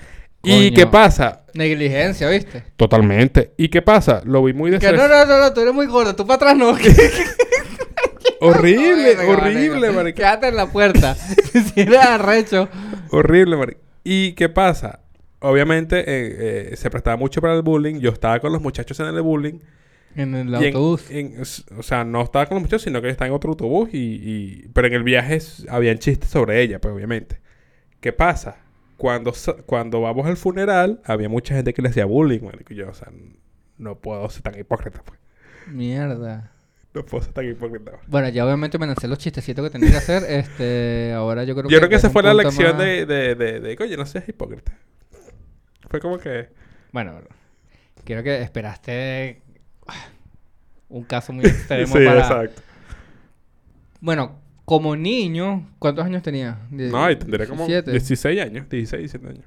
[SPEAKER 1] ¿Y
[SPEAKER 2] Coño.
[SPEAKER 1] qué pasa?
[SPEAKER 2] Negligencia, ¿viste?
[SPEAKER 1] Totalmente. ¿Y qué pasa? Lo vi muy de
[SPEAKER 2] Que
[SPEAKER 1] cerca.
[SPEAKER 2] no, no, no, no, tú eres muy gordo, tú para atrás no.
[SPEAKER 1] (laughs) Horrible,
[SPEAKER 2] Verga,
[SPEAKER 1] horrible,
[SPEAKER 2] marico.
[SPEAKER 1] marico.
[SPEAKER 2] Quédate en la puerta. (laughs) si eres arrecho.
[SPEAKER 1] Horrible, marico. ¿Y qué pasa? Obviamente eh, eh, se prestaba mucho para el bullying. Yo estaba con los muchachos en el bullying.
[SPEAKER 2] En el
[SPEAKER 1] y en- eh.
[SPEAKER 2] autobús.
[SPEAKER 1] en- o sea, no estaba con los muchachos, sino que yo estaba en otro autobús. Y, y- pero en el viaje s- habían chistes sobre ella, pues obviamente. ¿Qué pasa? Cuando, sa- cuando vamos al funeral, había mucha gente que le hacía bullying, marico. Y Yo, o sea, n- no puedo ser tan hipócrita, pues.
[SPEAKER 2] Mierda.
[SPEAKER 1] No puedo ser tan hipócrita. pues.
[SPEAKER 2] Bueno, ya obviamente me lancé los chistecitos que tenía
[SPEAKER 1] (laughs)
[SPEAKER 2] que hacer. Este, ahora yo creo que.
[SPEAKER 1] Yo creo que
[SPEAKER 2] es
[SPEAKER 1] esa
[SPEAKER 2] un
[SPEAKER 1] fue la
[SPEAKER 2] punto
[SPEAKER 1] lección
[SPEAKER 2] más-
[SPEAKER 1] de, de, de, de, coño, no seas hipócrita. Fue como que...
[SPEAKER 2] Bueno, bro, creo que esperaste ah, un caso muy extremo
[SPEAKER 1] (laughs) sí,
[SPEAKER 2] para.
[SPEAKER 1] exacto.
[SPEAKER 2] Bueno, como niño, ¿cuántos años tenía? Die-
[SPEAKER 1] No, y tendría como
[SPEAKER 2] 17.
[SPEAKER 1] 16 años, 16, 17 años.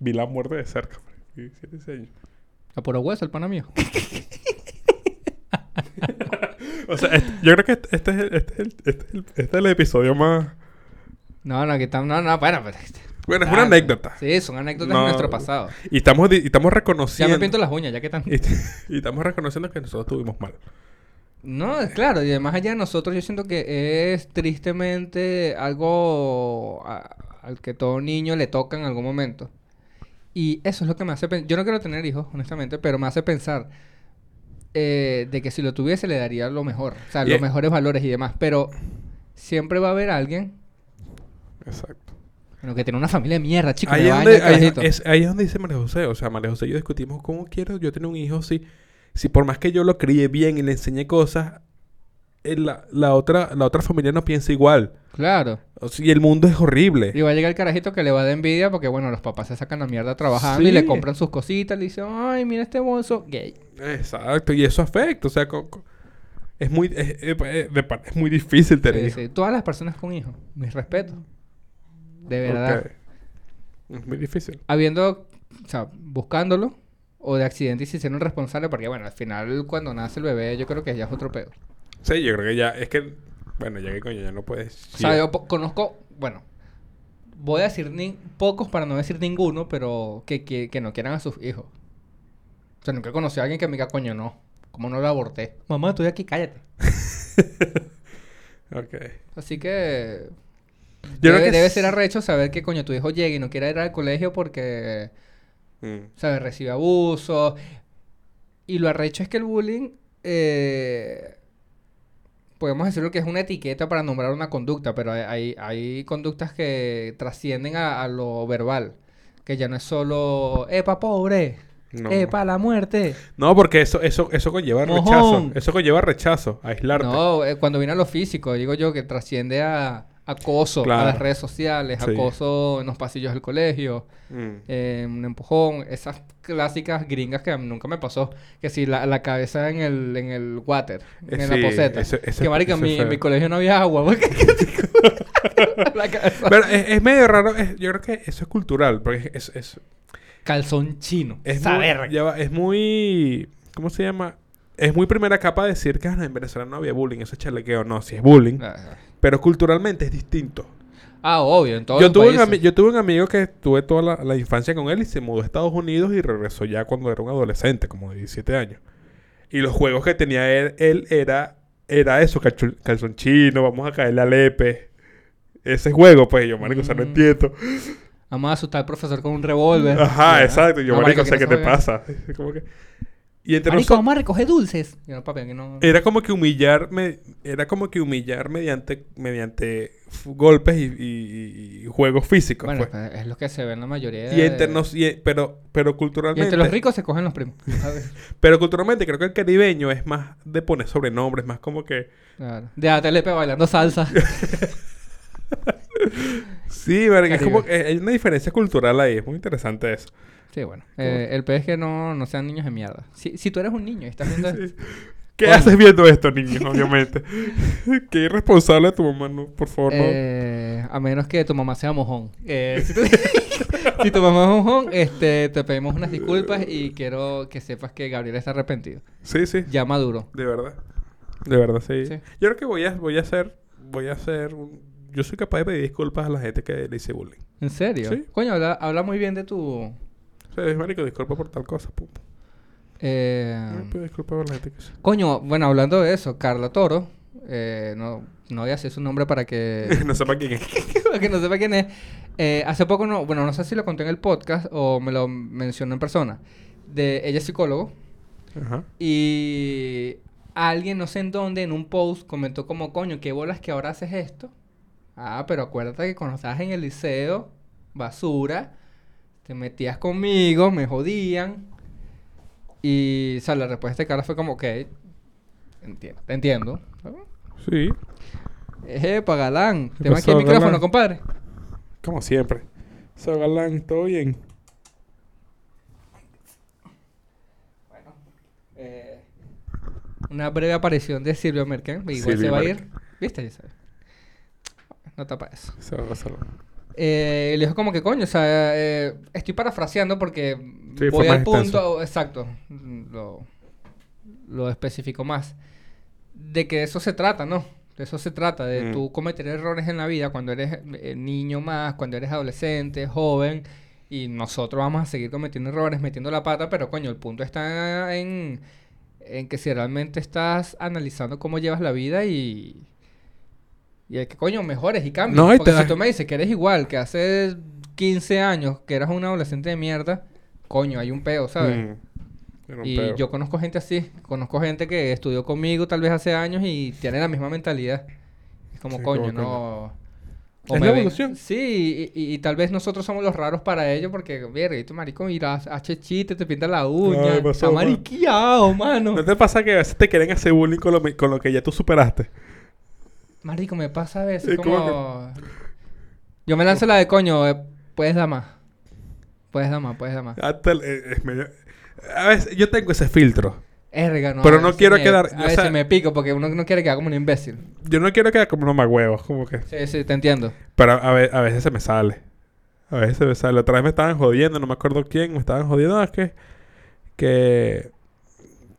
[SPEAKER 1] Vi la muerte de cerca, hombre. 17, 16 años.
[SPEAKER 2] A puro hueso, el pana mío.
[SPEAKER 1] O sea, este- yo creo que este, este es el, este, es el, este es el- este es el episodio más...
[SPEAKER 2] No, no, que tam- No, no, bueno, pero.
[SPEAKER 1] Bueno, es una
[SPEAKER 2] Ah,
[SPEAKER 1] anécdota.
[SPEAKER 2] Sí, son anécdotas
[SPEAKER 1] No.
[SPEAKER 2] de nuestro pasado.
[SPEAKER 1] Y estamos, di- y estamos
[SPEAKER 2] Ya
[SPEAKER 1] reconociendo...
[SPEAKER 2] me pinto las uñas, ya que tan.
[SPEAKER 1] (laughs) y, y estamos reconociendo que nosotros tuvimos mal.
[SPEAKER 2] No, es claro, y además allá de nosotros yo siento que es tristemente algo a- al que todo niño le toca en algún momento. Y eso es lo que me hace pensar. Yo no quiero tener hijos, honestamente, pero me hace pensar eh, de que si lo tuviese le daría lo mejor. O sea,
[SPEAKER 1] Y-
[SPEAKER 2] los mejores valores y demás. Pero siempre va a haber alguien
[SPEAKER 1] Exacto.
[SPEAKER 2] bueno, que tiene una familia de mierda, chico.
[SPEAKER 1] Ahí
[SPEAKER 2] me
[SPEAKER 1] es,
[SPEAKER 2] baña
[SPEAKER 1] donde,
[SPEAKER 2] el
[SPEAKER 1] ahí,
[SPEAKER 2] carajito.
[SPEAKER 1] es, ahí es donde dice María José. O sea, María José y yo discutimos cómo quiero yo tener un hijo si, si por más que yo lo crié bien y le enseñé cosas, eh, la, la otra, la otra familia no piensa igual.
[SPEAKER 2] Claro.
[SPEAKER 1] O sea, y el mundo es horrible.
[SPEAKER 2] Y va a llegar el carajito que le va de envidia porque, bueno, los papás se sacan la mierda trabajando y le
[SPEAKER 1] Sí.
[SPEAKER 2] compran sus cositas. Le dicen, ay, mira este bolso gay.
[SPEAKER 1] Exacto, y eso afecta. O sea, co- co- es, muy, es, es- es- de par- es muy difícil tener
[SPEAKER 2] Sí,
[SPEAKER 1] hijos.
[SPEAKER 2] sí. Todas las personas con hijos. Mis respetos. De verdad.
[SPEAKER 1] Ok. Es muy difícil.
[SPEAKER 2] habiendo, o sea, buscándolo o de accidente y se hicieron responsables, porque bueno, al final cuando nace el bebé, yo creo que ya es otro pedo.
[SPEAKER 1] Sí, yo creo que ya, es que, bueno, ya que coño, ya no puedes.
[SPEAKER 2] O sea, yo po- conozco, bueno, voy a decir ni- pocos para no decir ninguno, pero que, que, que no quieran a sus hijos. O sea, nunca conocí a alguien que me diga, coño, no, ¿cómo no lo aborté? Mamá, estoy aquí, cállate.
[SPEAKER 1] Ok.
[SPEAKER 2] Así que.
[SPEAKER 1] Yo creo
[SPEAKER 2] debe,
[SPEAKER 1] que
[SPEAKER 2] debe
[SPEAKER 1] s-
[SPEAKER 2] ser arrecho saber que coño tu hijo llegue y no quiera ir al colegio porque
[SPEAKER 1] Mm.
[SPEAKER 2] ¿sabes? Recibe abusos. Y lo arrecho es que el bullying, eh, podemos decirlo que es una etiqueta para nombrar una conducta, pero hay, hay, hay conductas que trascienden a, a lo verbal. Que ya no es solo, epa, pobre,
[SPEAKER 1] No.
[SPEAKER 2] epa, la muerte.
[SPEAKER 1] No, porque eso, eso, eso conlleva
[SPEAKER 2] Mojón.
[SPEAKER 1] rechazo. Eso conlleva rechazo, aislarte.
[SPEAKER 2] No, eh, cuando viene a lo físico, digo yo, que trasciende a acoso a
[SPEAKER 1] Claro.
[SPEAKER 2] las redes sociales,
[SPEAKER 1] Sí.
[SPEAKER 2] acoso en los pasillos del colegio.
[SPEAKER 1] Mm.
[SPEAKER 2] eh, un empujón, esas clásicas gringas que a mí nunca me pasó, que si la, la cabeza en el, en el water,
[SPEAKER 1] Eh,
[SPEAKER 2] en
[SPEAKER 1] sí,
[SPEAKER 2] la poseta.
[SPEAKER 1] eso- eso
[SPEAKER 2] que
[SPEAKER 1] es-
[SPEAKER 2] marica,
[SPEAKER 1] eso
[SPEAKER 2] mi,
[SPEAKER 1] es
[SPEAKER 2] en mi
[SPEAKER 1] feo.
[SPEAKER 2] colegio no había agua, güey. (laughs) La cabeza.
[SPEAKER 1] Pero es, es medio raro, es- yo creo que eso es cultural, porque es, es,
[SPEAKER 2] Calzón chino.
[SPEAKER 1] es,
[SPEAKER 2] esa
[SPEAKER 1] muy,
[SPEAKER 2] verga.
[SPEAKER 1] ya va, es muy, ¿cómo se llama? Es muy primera capa decir que "Ah, en Venezuela no había bullying, eso es chalequeo, no, si es bullying,
[SPEAKER 2] Ah,
[SPEAKER 1] pero culturalmente es distinto.
[SPEAKER 2] Ah, obvio, en todos
[SPEAKER 1] Yo
[SPEAKER 2] los
[SPEAKER 1] tuve, un
[SPEAKER 2] países.
[SPEAKER 1] ami- yo tuve un amigo que tuve toda la, la infancia con él y se mudó a Estados Unidos y regresó ya cuando era un adolescente, como de 17 años. Y los juegos que tenía él, él era, era eso, calchul- calzón chino, vamos a caer a Lepe. Ese juego, pues, y yo, marico, o sea, no
[SPEAKER 2] Mm.
[SPEAKER 1] entiendo.
[SPEAKER 2] Vamos a asustar al profesor con un revólver.
[SPEAKER 1] Ajá,
[SPEAKER 2] Ya.
[SPEAKER 1] exacto. y Yo,
[SPEAKER 2] No,
[SPEAKER 1] marico, o
[SPEAKER 2] que
[SPEAKER 1] sea,
[SPEAKER 2] no
[SPEAKER 1] ¿qué te
[SPEAKER 2] se juega.
[SPEAKER 1] pasa? (laughs) Es como que- Y entre
[SPEAKER 2] Marico,
[SPEAKER 1] nosotros...
[SPEAKER 2] vamos a recoger dulces. Y no, papi, aquí no...
[SPEAKER 1] Era como que humillarme, era como que humillar mediante, mediante f- golpes y, y- y- y juegos físicos.
[SPEAKER 2] Bueno,
[SPEAKER 1] pues.
[SPEAKER 2] es lo que se ve en la mayoría
[SPEAKER 1] Y entre
[SPEAKER 2] de-
[SPEAKER 1] nos, y- pero, pero
[SPEAKER 2] Y
[SPEAKER 1] culturalmente.
[SPEAKER 2] entre los ricos se cogen
[SPEAKER 1] (laughs)
[SPEAKER 2] los primos. A ver.
[SPEAKER 1] Pero culturalmente creo que el caribeño es más de poner sobrenombres, más como que...
[SPEAKER 2] Claro. De ATLP bailando salsa.
[SPEAKER 1] Sí, verga, es
[SPEAKER 2] Caribe.
[SPEAKER 1] como que hay una diferencia cultural ahí, es muy interesante eso.
[SPEAKER 2] Sí, bueno. Eh, el peor es que no, no sean niños de mierda. Si, si tú eres un niño y estás viendo esto,
[SPEAKER 1] ¿Qué
[SPEAKER 2] Coño.
[SPEAKER 1] haces viendo esto, niños?
[SPEAKER 2] (laughs)
[SPEAKER 1] Obviamente. (laughs) Qué irresponsable tu mamá, no, por favor, no.
[SPEAKER 2] eh, a menos que tu mamá sea mojón. Eh, si, tu, (laughs) si tu mamá es mojón, este, te pedimos unas disculpas y quiero que sepas que Gabriel está arrepentido.
[SPEAKER 1] Sí, sí,
[SPEAKER 2] Ya maduro.
[SPEAKER 1] de verdad. De verdad, sí.
[SPEAKER 2] Sí.
[SPEAKER 1] Yo creo que voy a, voy a hacer, voy a hacer, un- yo soy capaz de pedir disculpas a la gente que le hice bullying.
[SPEAKER 2] ¿En serio?
[SPEAKER 1] Sí.
[SPEAKER 2] Coño, habla, habla muy bien de tu...
[SPEAKER 1] O sea, marico, disculpa por tal cosa, pum.
[SPEAKER 2] eh,
[SPEAKER 1] Yo pido disculpas a la gente que hice.
[SPEAKER 2] coño, bueno, hablando de eso, Carla Toro, eh, no, no voy a decir su nombre para (laughs) que
[SPEAKER 1] (laughs) no sepa quién es.
[SPEAKER 2] Para (laughs) que no sepa quién es. eh, hace poco, no, bueno, no sé si lo conté en el podcast o me lo mencionó en persona. De, ella es psicólogo
[SPEAKER 1] Ajá.
[SPEAKER 2] y alguien, no sé en dónde, en un post comentó como, coño, qué bolas que ahora haces esto. Ah, pero acuérdate que cuando estabas en el liceo, basura, te metías conmigo, me jodían. Y, o sea, la respuesta de Carla fue como, ok, entiendo, te entiendo.
[SPEAKER 1] Sí,
[SPEAKER 2] Epa, galán,
[SPEAKER 1] ¿Qué
[SPEAKER 2] tema aquí
[SPEAKER 1] pasó,
[SPEAKER 2] el micrófono,
[SPEAKER 1] galán?
[SPEAKER 2] compadre.
[SPEAKER 1] Como siempre. So, Galán, ¿todo bien?
[SPEAKER 2] Bueno, eh, una breve aparición de Silvio Merkel. Igual
[SPEAKER 1] Silvio
[SPEAKER 2] se va a
[SPEAKER 1] Merken.
[SPEAKER 2] ir. ¿Viste? Ya sabes. No tapa eso.
[SPEAKER 1] So, so-
[SPEAKER 2] Eh, le dijo como que coño, o sea, eh, estoy parafraseando porque
[SPEAKER 1] Sí, fue
[SPEAKER 2] voy
[SPEAKER 1] más
[SPEAKER 2] al punto,
[SPEAKER 1] extenso.
[SPEAKER 2] exacto, lo, lo especifico más, de que de eso se trata, ¿no? De eso se trata, de
[SPEAKER 1] Mm.
[SPEAKER 2] tú cometer errores en la vida cuando eres eh, niño más, cuando eres adolescente, joven, y nosotros vamos a seguir cometiendo errores, metiendo la pata, pero coño, el punto está en, en que si realmente estás analizando cómo llevas la vida y... Y es que coño, mejores y cambies.
[SPEAKER 1] No, y
[SPEAKER 2] Porque
[SPEAKER 1] te
[SPEAKER 2] si
[SPEAKER 1] das-
[SPEAKER 2] tú me dices que eres igual, que hace 15 años, que eras un adolescente de mierda, coño, hay un peo, ¿sabes?
[SPEAKER 1] Mm. Era un
[SPEAKER 2] Y
[SPEAKER 1] pedo.
[SPEAKER 2] yo conozco gente así, conozco gente que estudió conmigo tal vez hace años y tiene la misma mentalidad. Es como,
[SPEAKER 1] Sí,
[SPEAKER 2] coño,
[SPEAKER 1] como que-
[SPEAKER 2] no.
[SPEAKER 1] Es la
[SPEAKER 2] me ven-
[SPEAKER 1] evolución.
[SPEAKER 2] Sí, y, y- y tal vez nosotros somos los raros para ellos porque, verga, y tu marico irás a Chechite, te pinta la uña,
[SPEAKER 1] Ay, pasó,
[SPEAKER 2] está
[SPEAKER 1] man.
[SPEAKER 2] mariqueado, mano.
[SPEAKER 1] ¿No te pasa que a veces te quieren hacer bullying con lo, mi- con lo que ya tú superaste?
[SPEAKER 2] Marico, me pasa a
[SPEAKER 1] Sí,
[SPEAKER 2] veces
[SPEAKER 1] ¿cómo
[SPEAKER 2] como... Yo me lanzo la de coño, eh, puedes dar más. Puedes dar más, puedes dar más.
[SPEAKER 1] Hasta el- eh, es medio- A veces yo tengo ese filtro.
[SPEAKER 2] Erga, no.
[SPEAKER 1] Pero
[SPEAKER 2] a
[SPEAKER 1] no
[SPEAKER 2] veces
[SPEAKER 1] quiero
[SPEAKER 2] me-
[SPEAKER 1] quedar- o
[SPEAKER 2] A veces
[SPEAKER 1] sea-
[SPEAKER 2] me pico porque uno no quiere quedar como un imbécil.
[SPEAKER 1] Yo no quiero quedar como un huevos, como que...
[SPEAKER 2] Sí, sí, te entiendo.
[SPEAKER 1] Pero a, ve- a veces se me sale. A veces se me sale. Otra vez me estaban jodiendo, no me acuerdo quién, me estaban jodiendo. "Ah, Es que. Que.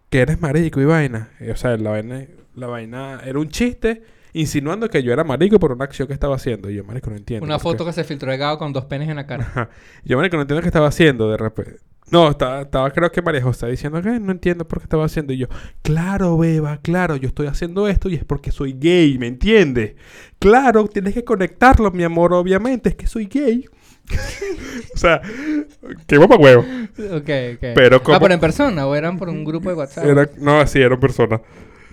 [SPEAKER 1] Que eres marico y vaina. Y, o sea, la vaina, la vaina era un chiste insinuando que yo era marico por una acción que estaba haciendo. Y yo, marico, no entiendo.
[SPEAKER 2] Una
[SPEAKER 1] ¿por
[SPEAKER 2] foto
[SPEAKER 1] qué?".
[SPEAKER 2] que se filtró de Gabo con dos penes en
[SPEAKER 1] (laughs)
[SPEAKER 2] la cara. (laughs)
[SPEAKER 1] Ajá. Yo, marico, no entiendo qué estaba haciendo de repente. No, estaba, estaba creo que María José diciendo que no entiendo por qué estaba haciendo. Y yo, claro, beba, claro, yo estoy haciendo esto y es porque soy gay, ¿me entiendes? Claro, tienes que conectarlo, mi amor, obviamente, es que soy gay. (laughs) o sea, qué guapa huevo.
[SPEAKER 2] ok, ok.
[SPEAKER 1] Pero
[SPEAKER 2] Ah,
[SPEAKER 1] como-
[SPEAKER 2] ¿pero en persona o eran por un grupo de WhatsApp?
[SPEAKER 1] Era- no, así era persona.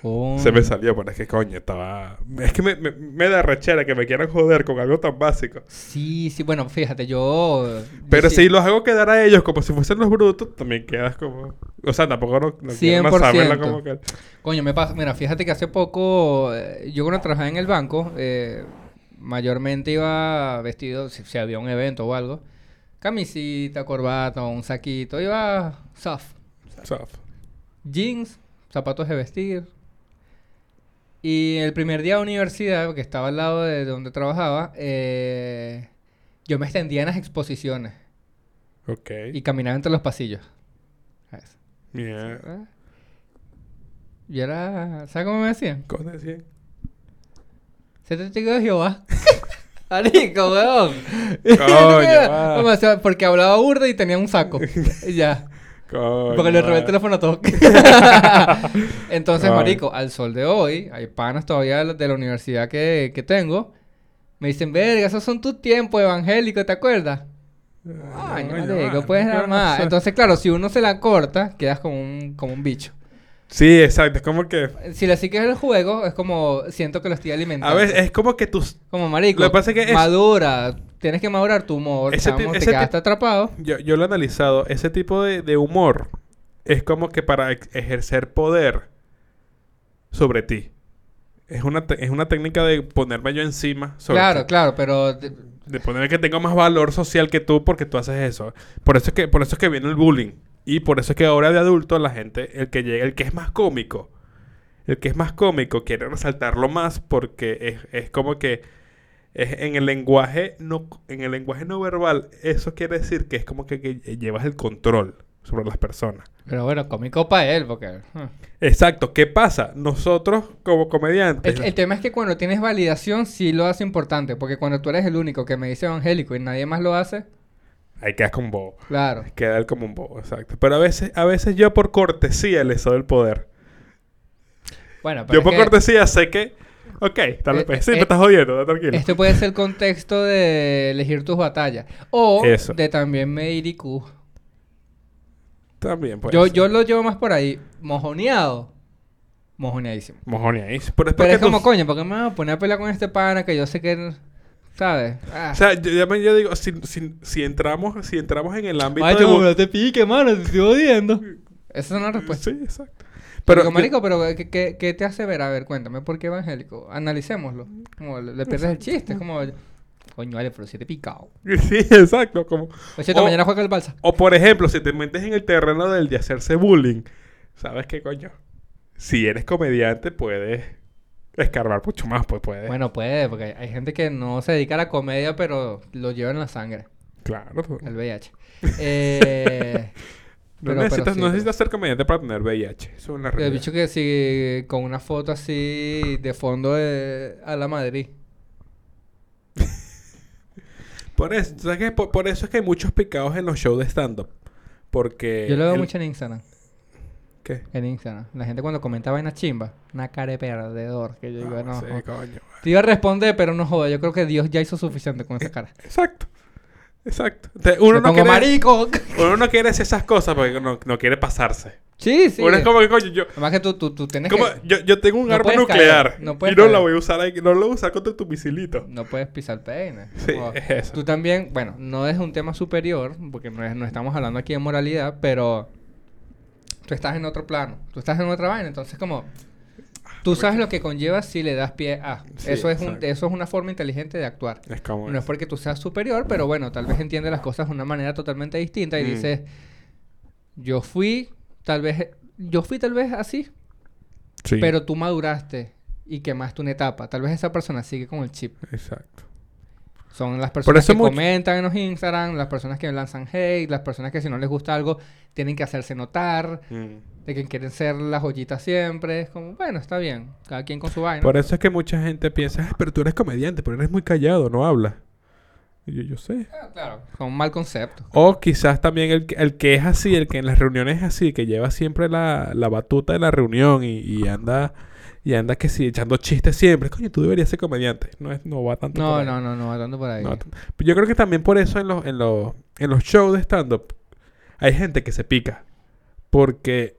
[SPEAKER 2] Oh.
[SPEAKER 1] Se me salió, pero es que coño, estaba. Es que me, me- me da rechera que me quieran joder con algo tan básico.
[SPEAKER 2] Sí, sí, bueno, fíjate, yo...
[SPEAKER 1] Pero
[SPEAKER 2] yo sí-
[SPEAKER 1] si los hago quedar a ellos como si fuesen los brutos, también quedas como. O sea, tampoco no, no quiero más
[SPEAKER 2] 100%.
[SPEAKER 1] saberla como que.
[SPEAKER 2] Coño, me pasa. Mira, fíjate que hace poco, eh, yo cuando trabajaba en el banco, eh, mayormente iba vestido, si, si había un evento o algo, camisita, corbata, un saquito, iba soft.
[SPEAKER 1] Soft.
[SPEAKER 2] Jeans, zapatos de vestir. Y el primer día de universidad, que estaba al lado de donde trabajaba, eh, yo me extendía en las exposiciones
[SPEAKER 1] Ok.
[SPEAKER 2] y caminaba entre los pasillos. ¿Sabes?
[SPEAKER 1] Mierda.
[SPEAKER 2] Yo era... ¿Sabes cómo me decían?
[SPEAKER 1] ¿Cómo te decían?
[SPEAKER 2] Se te de Jehová. (laughs) Marico, weón.
[SPEAKER 1] Coño,
[SPEAKER 2] (laughs)
[SPEAKER 1] va.
[SPEAKER 2] Como, o sea, porque hablaba burda y tenía un saco. ya.
[SPEAKER 1] Coño,
[SPEAKER 2] Porque le robé el
[SPEAKER 1] vale.
[SPEAKER 2] teléfono a todos.
[SPEAKER 1] (laughs)
[SPEAKER 2] Entonces,
[SPEAKER 1] Ay.
[SPEAKER 2] marico, al sol de hoy, hay panas todavía de la- de la universidad que, que tengo. Me dicen, verga, esos son tus tiempos evangélicos, ¿te acuerdas? Ay,
[SPEAKER 1] Coño,
[SPEAKER 2] marico,
[SPEAKER 1] vale.
[SPEAKER 2] puedes
[SPEAKER 1] ¿Qué
[SPEAKER 2] dar
[SPEAKER 1] vas a
[SPEAKER 2] más.
[SPEAKER 1] hacer?
[SPEAKER 2] Entonces, claro, si uno se la corta, quedas como un, como un bicho.
[SPEAKER 1] Sí, exacto. Es como que.
[SPEAKER 2] Si le sigues el juego, es como siento que lo estoy alimentando.
[SPEAKER 1] A veces es como que tus.
[SPEAKER 2] Como marico,
[SPEAKER 1] Lo que pasa es que es-
[SPEAKER 2] madura, tienes que madurar tu humor,
[SPEAKER 1] Ese ti-
[SPEAKER 2] chamo, te
[SPEAKER 1] ese ti-
[SPEAKER 2] quedaste atrapado.
[SPEAKER 1] Yo, yo lo he analizado. Ese tipo de, de humor es como que para ex- ejercer poder sobre ti. Es una, te- es una técnica de ponerme yo encima sobre
[SPEAKER 2] Claro,
[SPEAKER 1] ti.
[SPEAKER 2] claro, pero te-
[SPEAKER 1] De ponerme que tengo más valor social que tú porque tú haces eso. Por eso es que, por eso es que viene el bullying. Y por eso es que ahora de adulto la gente, el que llega, el que es más cómico, el que es más cómico quiere resaltarlo más porque es, es como que es en el lenguaje no, en el lenguaje no verbal, eso quiere decir que es como que, que llevas el control sobre las personas.
[SPEAKER 2] pero bueno, cómico para él, porque hmm. huh.
[SPEAKER 1] Exacto, ¿qué pasa? Nosotros como comediantes.
[SPEAKER 2] el, el tema es que cuando tienes validación sí lo hace importante, porque cuando tú eres el único que me dice evangélico y nadie más lo hace,
[SPEAKER 1] Ahí quedas con bobo.
[SPEAKER 2] claro.
[SPEAKER 1] Queda él como un bobo, exacto. Pero a veces, a veces yo por cortesía le cedo el poder.
[SPEAKER 2] Bueno, pero
[SPEAKER 1] Yo
[SPEAKER 2] es
[SPEAKER 1] por
[SPEAKER 2] que
[SPEAKER 1] cortesía sé que... Ok, tal
[SPEAKER 2] Eh,
[SPEAKER 1] vez... pues, Sí,
[SPEAKER 2] eh,
[SPEAKER 1] me estás jodiendo, está tranquilo.
[SPEAKER 2] este puede ser el contexto de elegir tus batallas o
[SPEAKER 1] Eso.
[SPEAKER 2] de también medir IQ.
[SPEAKER 1] También puede
[SPEAKER 2] Yo
[SPEAKER 1] ser.
[SPEAKER 2] yo lo llevo más por ahí, mojoneado. Mojoneadísimo.
[SPEAKER 1] Mojoneadísimo. Pero es
[SPEAKER 2] Pero
[SPEAKER 1] porque
[SPEAKER 2] es como,
[SPEAKER 1] tú-
[SPEAKER 2] coño, ¿por qué me voy a poner a pelear con este pana que yo sé que... ¿Sabes? Ah.
[SPEAKER 1] O sea, yo, yo me- yo digo, si, si, si entramos, si entramos en el ámbito de... bu-
[SPEAKER 2] te pique, mano, te estoy odiando. Esa es una respuesta.
[SPEAKER 1] Sí, exacto.
[SPEAKER 2] pues. Pero,
[SPEAKER 1] Pero
[SPEAKER 2] digo,
[SPEAKER 1] yo-
[SPEAKER 2] marico, pero eh, ¿qué, qué, qué te hace ver? A ver, cuéntame, ¿por qué evangélico? Analicémoslo. Como le, le pierdes el chiste, es como... Coño, vale, pero si te he picado.
[SPEAKER 1] (laughs) sí, exacto. Como...
[SPEAKER 2] Oye, esta
[SPEAKER 1] O-
[SPEAKER 2] mañana juega el balsa.
[SPEAKER 1] O por ejemplo, si te metes en el terreno del de hacerse bullying, ¿sabes qué coño? Si eres comediante puedes escarbar mucho más, pues puedes...
[SPEAKER 2] Bueno, puede, porque hay- hay gente que no se dedica a la comedia, pero lo lleva en la sangre,
[SPEAKER 1] claro. tú-
[SPEAKER 2] el
[SPEAKER 1] (laughs)
[SPEAKER 2] VIH. Eh,
[SPEAKER 1] No,
[SPEAKER 2] pero-
[SPEAKER 1] necesitas,
[SPEAKER 2] pero sí,
[SPEAKER 1] no necesitas ser comediante para tener VIH. Eso es una
[SPEAKER 2] Yo he
[SPEAKER 1] realidad.
[SPEAKER 2] dicho que si con una foto así de fondo de, a la Madrid.
[SPEAKER 1] Por eso, ¿sabes qué? Por, por eso es que hay muchos picados en los shows de stand-up. Porque...
[SPEAKER 2] Yo lo veo
[SPEAKER 1] Eh, el-
[SPEAKER 2] mucho en Instagram.
[SPEAKER 1] ¿Qué?
[SPEAKER 2] En Instagram. La gente cuando comenta vainas chimba, una cara de perdedor. Que yo digo,
[SPEAKER 1] Ah,
[SPEAKER 2] no.
[SPEAKER 1] sí,
[SPEAKER 2] joda.
[SPEAKER 1] coño.
[SPEAKER 2] Te iba a responder, pero no joda. Yo creo que Dios ya hizo suficiente con esa cara.
[SPEAKER 1] Exacto. Exacto. Te- (laughs) uno,
[SPEAKER 2] Me
[SPEAKER 1] no
[SPEAKER 2] pongo
[SPEAKER 1] quiere,
[SPEAKER 2] marico. (laughs)
[SPEAKER 1] uno no quiere hacer esas cosas porque no, no quiere pasarse.
[SPEAKER 2] Sí, sí.
[SPEAKER 1] Uno es como que, coño, yo,
[SPEAKER 2] Además que tú, tú, tú tienes
[SPEAKER 1] como-
[SPEAKER 2] que...
[SPEAKER 1] yo, yo tengo un
[SPEAKER 2] No
[SPEAKER 1] arma
[SPEAKER 2] puedes
[SPEAKER 1] nuclear
[SPEAKER 2] caer, no
[SPEAKER 1] y no
[SPEAKER 2] puedes
[SPEAKER 1] la
[SPEAKER 2] caer.
[SPEAKER 1] voy a usar, ahí- no la voy a usar contra tu misilito.
[SPEAKER 2] No puedes pisar peines.
[SPEAKER 1] (laughs) Sí,
[SPEAKER 2] Como-
[SPEAKER 1] es eso.
[SPEAKER 2] Tú también, bueno, no es un tema superior, porque no, es- no estamos hablando aquí de moralidad, pero tú estás en otro plano, tú estás en otra vaina, entonces como tú sabes lo que conlleva si le das pie a.
[SPEAKER 1] Sí,
[SPEAKER 2] eso es un,
[SPEAKER 1] exacto.
[SPEAKER 2] eso es una forma inteligente de actuar.
[SPEAKER 1] Es como
[SPEAKER 2] No es porque tú seas superior, pero bueno, tal vez entiendes las cosas de una manera totalmente distinta y
[SPEAKER 1] Mm.
[SPEAKER 2] dices, yo fui tal vez yo fui tal vez así,
[SPEAKER 1] Sí,
[SPEAKER 2] pero tú maduraste y quemaste una etapa. Tal vez esa persona sigue con el chip.
[SPEAKER 1] Exacto.
[SPEAKER 2] Son las
[SPEAKER 1] Por
[SPEAKER 2] personas
[SPEAKER 1] eso
[SPEAKER 2] que
[SPEAKER 1] mucho-
[SPEAKER 2] comentan en los Instagram, las personas que lanzan hate, las personas que si no les gusta algo tienen que hacerse notar,
[SPEAKER 1] Mm.
[SPEAKER 2] de que quieren ser las joyitas siempre. Es como, bueno, está bien, cada quien con su vaina.
[SPEAKER 1] Por eso es que mucha gente piensa, "Ay, pero tú eres comediante, pero eres muy callado, no hablas. Y Yo, yo sé.
[SPEAKER 2] Ah, claro, son un mal concepto.
[SPEAKER 1] O quizás también el, que- el que es así, el que en las reuniones es así, que lleva siempre la, la batuta de la reunión y, y anda y anda que sí, echando chistes siempre. Coño, tú deberías ser comediante. No, es, no va tanto por
[SPEAKER 2] No,
[SPEAKER 1] ahí.
[SPEAKER 2] no, no, no, andando por ahí.
[SPEAKER 1] No va tanto. Yo creo que también por eso en los, en los, en los shows de stand-up hay gente que se pica. Porque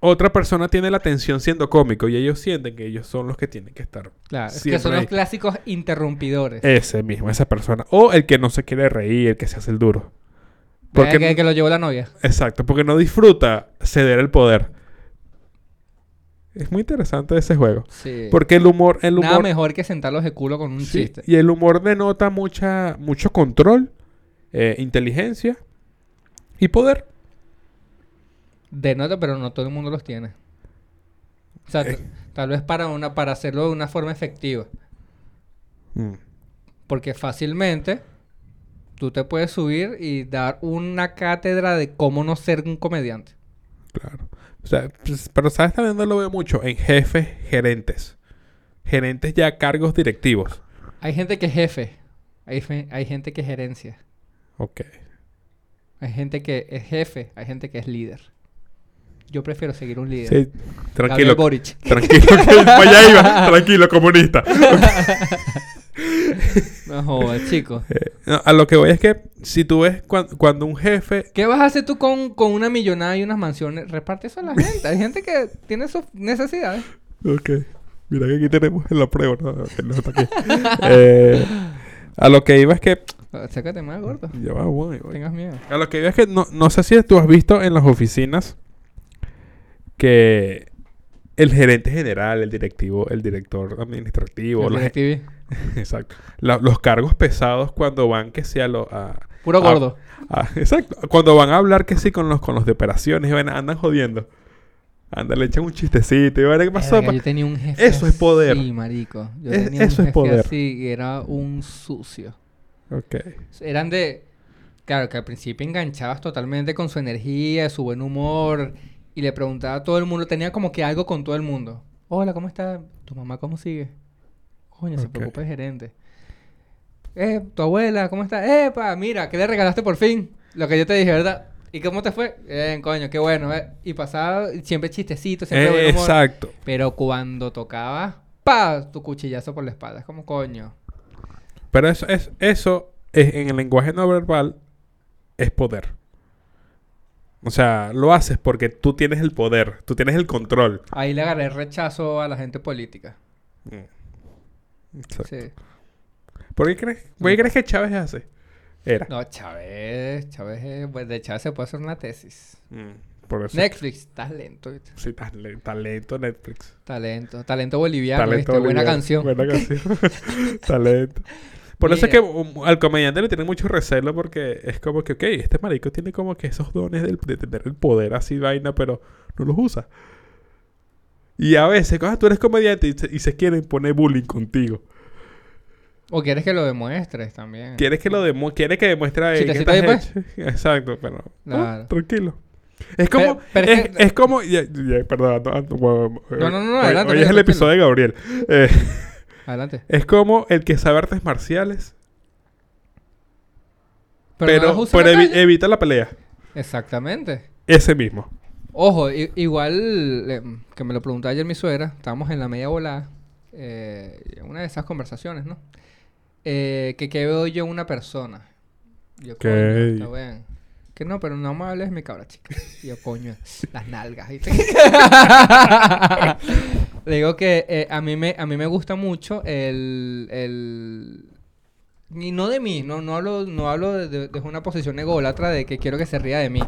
[SPEAKER 1] otra persona tiene la atención siendo cómico y ellos sienten que ellos son los que tienen que estar
[SPEAKER 2] claro, es
[SPEAKER 1] siempre
[SPEAKER 2] que son los
[SPEAKER 1] hay- Eh,
[SPEAKER 2] clásicos interrumpidores.
[SPEAKER 1] ese mismo, esa persona. O el que no se quiere reír, el que se hace el duro.
[SPEAKER 2] porque
[SPEAKER 1] Porque,
[SPEAKER 2] que, que lo llevó la novia.
[SPEAKER 1] Exacto, porque no disfruta ceder el poder. Es muy interesante ese juego.
[SPEAKER 2] Sí.
[SPEAKER 1] Porque el humor, el
[SPEAKER 2] Nada
[SPEAKER 1] humor.
[SPEAKER 2] mejor que sentarlos de culo con un
[SPEAKER 1] sí,
[SPEAKER 2] chiste.
[SPEAKER 1] y el humor denota mucha, mucho control, eh, inteligencia y poder.
[SPEAKER 2] De nota, pero no todo el mundo los tiene. O sea,
[SPEAKER 1] Eh.
[SPEAKER 2] t- tal vez para una para hacerlo de una forma efectiva.
[SPEAKER 1] Mm.
[SPEAKER 2] Porque fácilmente tú te puedes subir y dar una cátedra de cómo no ser un comediante.
[SPEAKER 1] Claro. O sea, pues, pero sabes también dónde lo veo mucho en jefes, gerentes. Gerentes ya a cargos directivos.
[SPEAKER 2] Hay gente que es jefe, hay, fe- hay gente que es gerencia,
[SPEAKER 1] Ok.
[SPEAKER 2] hay gente que es jefe, hay gente que es líder. Yo prefiero seguir un líder.
[SPEAKER 1] Sí,
[SPEAKER 2] Gabriel
[SPEAKER 1] tranquilo.
[SPEAKER 2] Boric.
[SPEAKER 1] Tranquilo,
[SPEAKER 2] (laughs)
[SPEAKER 1] que para allá iba. Tranquilo, comunista. (laughs)
[SPEAKER 2] No jodas,
[SPEAKER 1] (laughs)
[SPEAKER 2] chicos.
[SPEAKER 1] Eh, no, a lo que voy es que si tú ves cuan- cuando un jefe...
[SPEAKER 2] ¿Qué vas a hacer tú con, con una millonada y unas mansiones? Reparte eso a la gente. Hay gente que tiene sus necesidades.
[SPEAKER 1] Ok, mira que aquí tenemos la prueba. No, no, que no está aquí. Eh, a lo que iba es que...
[SPEAKER 2] Sácate
[SPEAKER 1] (laughs)
[SPEAKER 2] más, gordo.
[SPEAKER 1] Ya va, voy,
[SPEAKER 2] No
[SPEAKER 1] voy.
[SPEAKER 2] tengas miedo.
[SPEAKER 1] A lo que iba es que no, no sé si tú has visto en las oficinas que el gerente general, el directivo, el director administrativo,
[SPEAKER 2] El
[SPEAKER 1] la gen-
[SPEAKER 2] DirecTV.
[SPEAKER 1] (laughs) exacto, la- los cargos pesados cuando van que sea lo, a,
[SPEAKER 2] Puro
[SPEAKER 1] Ah,
[SPEAKER 2] gordo.
[SPEAKER 1] Ah, exacto. Cuando van a hablar que sí con los, con los de operaciones, y van, andan jodiendo. Andan, le echan un chistecito y van, ¿qué pasó?
[SPEAKER 2] Verga,
[SPEAKER 1] pa-?"
[SPEAKER 2] yo tenía un jefe
[SPEAKER 1] Eso es poder.
[SPEAKER 2] así, marico. Yo
[SPEAKER 1] Es-
[SPEAKER 2] tenía
[SPEAKER 1] eso
[SPEAKER 2] un
[SPEAKER 1] es
[SPEAKER 2] jefe
[SPEAKER 1] poder.
[SPEAKER 2] así y era un sucio.
[SPEAKER 1] Ok.
[SPEAKER 2] Eran de... Claro, que al principio enganchabas totalmente con su energía, su buen humor. Y le preguntaba a todo el mundo. Tenía como que algo con todo el mundo. Hola, ¿cómo está? ¿Tu mamá cómo sigue? Coño, se
[SPEAKER 1] Ok.
[SPEAKER 2] preocupa el gerente. Eh, tu abuela, ¿cómo está? Epa, mira, ¿qué le regalaste por fin? Lo que yo te dije, ¿verdad? ¿Y cómo te fue? Bien, coño, qué bueno. eh". Y pasaba siempre chistecito, siempre buen humor.
[SPEAKER 1] Eh, exacto.
[SPEAKER 2] Pero cuando tocaba, pa, tu cuchillazo por la espalda. Es como coño.
[SPEAKER 1] Pero eso, es, eso es- en el lenguaje no verbal es poder. O sea, lo haces porque tú tienes el poder, tú tienes el control.
[SPEAKER 2] Ahí le agarré rechazo a la gente política.
[SPEAKER 1] Exacto.
[SPEAKER 2] Sí.
[SPEAKER 1] ¿Por qué crees, por qué crees que Chávez hace? Era.
[SPEAKER 2] No, Chávez, Chávez, es- pues, de Chávez se puede hacer una tesis.
[SPEAKER 1] Mm, Por eso.
[SPEAKER 2] Netflix, estás lento. ¿viste?
[SPEAKER 1] Sí, tal- talento Netflix.
[SPEAKER 2] Talento, talento boliviano, ¿viste? buena
[SPEAKER 1] boliviano.
[SPEAKER 2] canción.
[SPEAKER 1] Buena canción. (laughs) talento. Por eso es que
[SPEAKER 2] Mira.
[SPEAKER 1] um, al comediante le tiene mucho recelo porque es como que, ok, este marico tiene como que esos dones del- de tener el poder así vaina, pero no los usa. Y a veces, ah, tú eres comediante y se, y se quieren poner bullying contigo.
[SPEAKER 2] (laughs) O quieres que lo demuestres también.
[SPEAKER 1] Quieres que lo demu quiere que demuestre eh, que
[SPEAKER 2] Chistecito
[SPEAKER 1] estás
[SPEAKER 2] ahí,
[SPEAKER 1] hecho. (laughs) Exacto, pero no,
[SPEAKER 2] Claro.
[SPEAKER 1] tranquilo. Es como,
[SPEAKER 2] Pero- pero es
[SPEAKER 1] es,
[SPEAKER 2] que-
[SPEAKER 1] es como, ya- ya, perdón, ah, no,
[SPEAKER 2] No, no, no,
[SPEAKER 1] hoy-
[SPEAKER 2] adelante,
[SPEAKER 1] hoy es el
[SPEAKER 2] tranquilo.
[SPEAKER 1] episodio de Gabriel. Eh,
[SPEAKER 2] Adelante.
[SPEAKER 1] Es como el que sabe artes marciales, pero,
[SPEAKER 2] Pero, no las
[SPEAKER 1] pero,
[SPEAKER 2] usa en la
[SPEAKER 1] evi-
[SPEAKER 2] calle.
[SPEAKER 1] evita la pelea.
[SPEAKER 2] Exactamente.
[SPEAKER 1] Ese mismo.
[SPEAKER 2] Ojo, i- igual eh, que me lo preguntaba ayer mi suegra, estábamos en la media volada, eh, en una de esas conversaciones, ¿no? Eh, que qué veo yo en una persona. Yo,
[SPEAKER 1] Ok.
[SPEAKER 2] coño, está bien. Que no, pero no me hables de mi cabra chica. Y Yo, coño, las nalgas. ¿viste? (laughs) Le digo que eh, a, mí me, a mí me gusta mucho el... el... Y no de mí, no, no hablo, no hablo de, de- de una posición ególatra de que quiero que se ría de mí.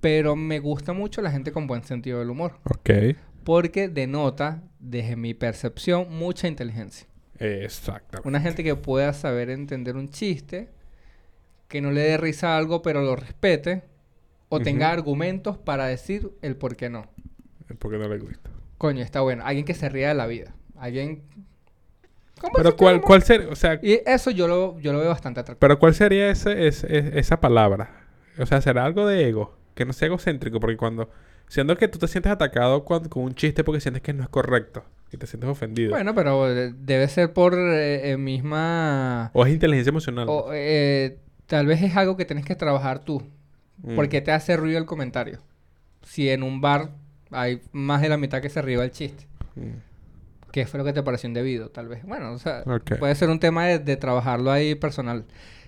[SPEAKER 2] Pero me gusta mucho la gente con buen sentido del humor.
[SPEAKER 1] Ok.
[SPEAKER 2] Porque denota, desde mi percepción, mucha inteligencia.
[SPEAKER 1] Exactamente.
[SPEAKER 2] Una gente que pueda saber entender un chiste, que no le dé risa a algo, pero lo respete, o tenga
[SPEAKER 1] Ujú.
[SPEAKER 2] argumentos para decir el por qué no.
[SPEAKER 1] Porque no le gusta.
[SPEAKER 2] Coño, está bueno. Alguien que se ría de la vida. Alguien. ¿Cómo
[SPEAKER 1] Pero
[SPEAKER 2] se
[SPEAKER 1] cuál,
[SPEAKER 2] llama?
[SPEAKER 1] cuál sería, o sea,
[SPEAKER 2] Y eso yo lo, yo lo veo bastante atractivo.
[SPEAKER 1] pero cuál sería ese, ese- es- esa palabra. O sea, será algo de ego, que no sea egocéntrico, porque cuando siendo que tú te sientes atacado cuan- con un chiste porque sientes que no es correcto y te sientes ofendido.
[SPEAKER 2] Bueno, pero eh, debe ser por eh, eh, misma.
[SPEAKER 1] O es inteligencia emocional.
[SPEAKER 2] o, eh, tal vez es algo que tienes que trabajar tú.
[SPEAKER 1] Mm.
[SPEAKER 2] Porque te hace ruido el comentario. Si en un bar hay más de la mitad que se ríe el chiste.
[SPEAKER 1] Mm.
[SPEAKER 2] ¿Qué fue lo que te pareció indebido? Tal vez. Bueno, o sea,
[SPEAKER 1] Ok.
[SPEAKER 2] puede ser un tema de, de trabajarlo ahí personal.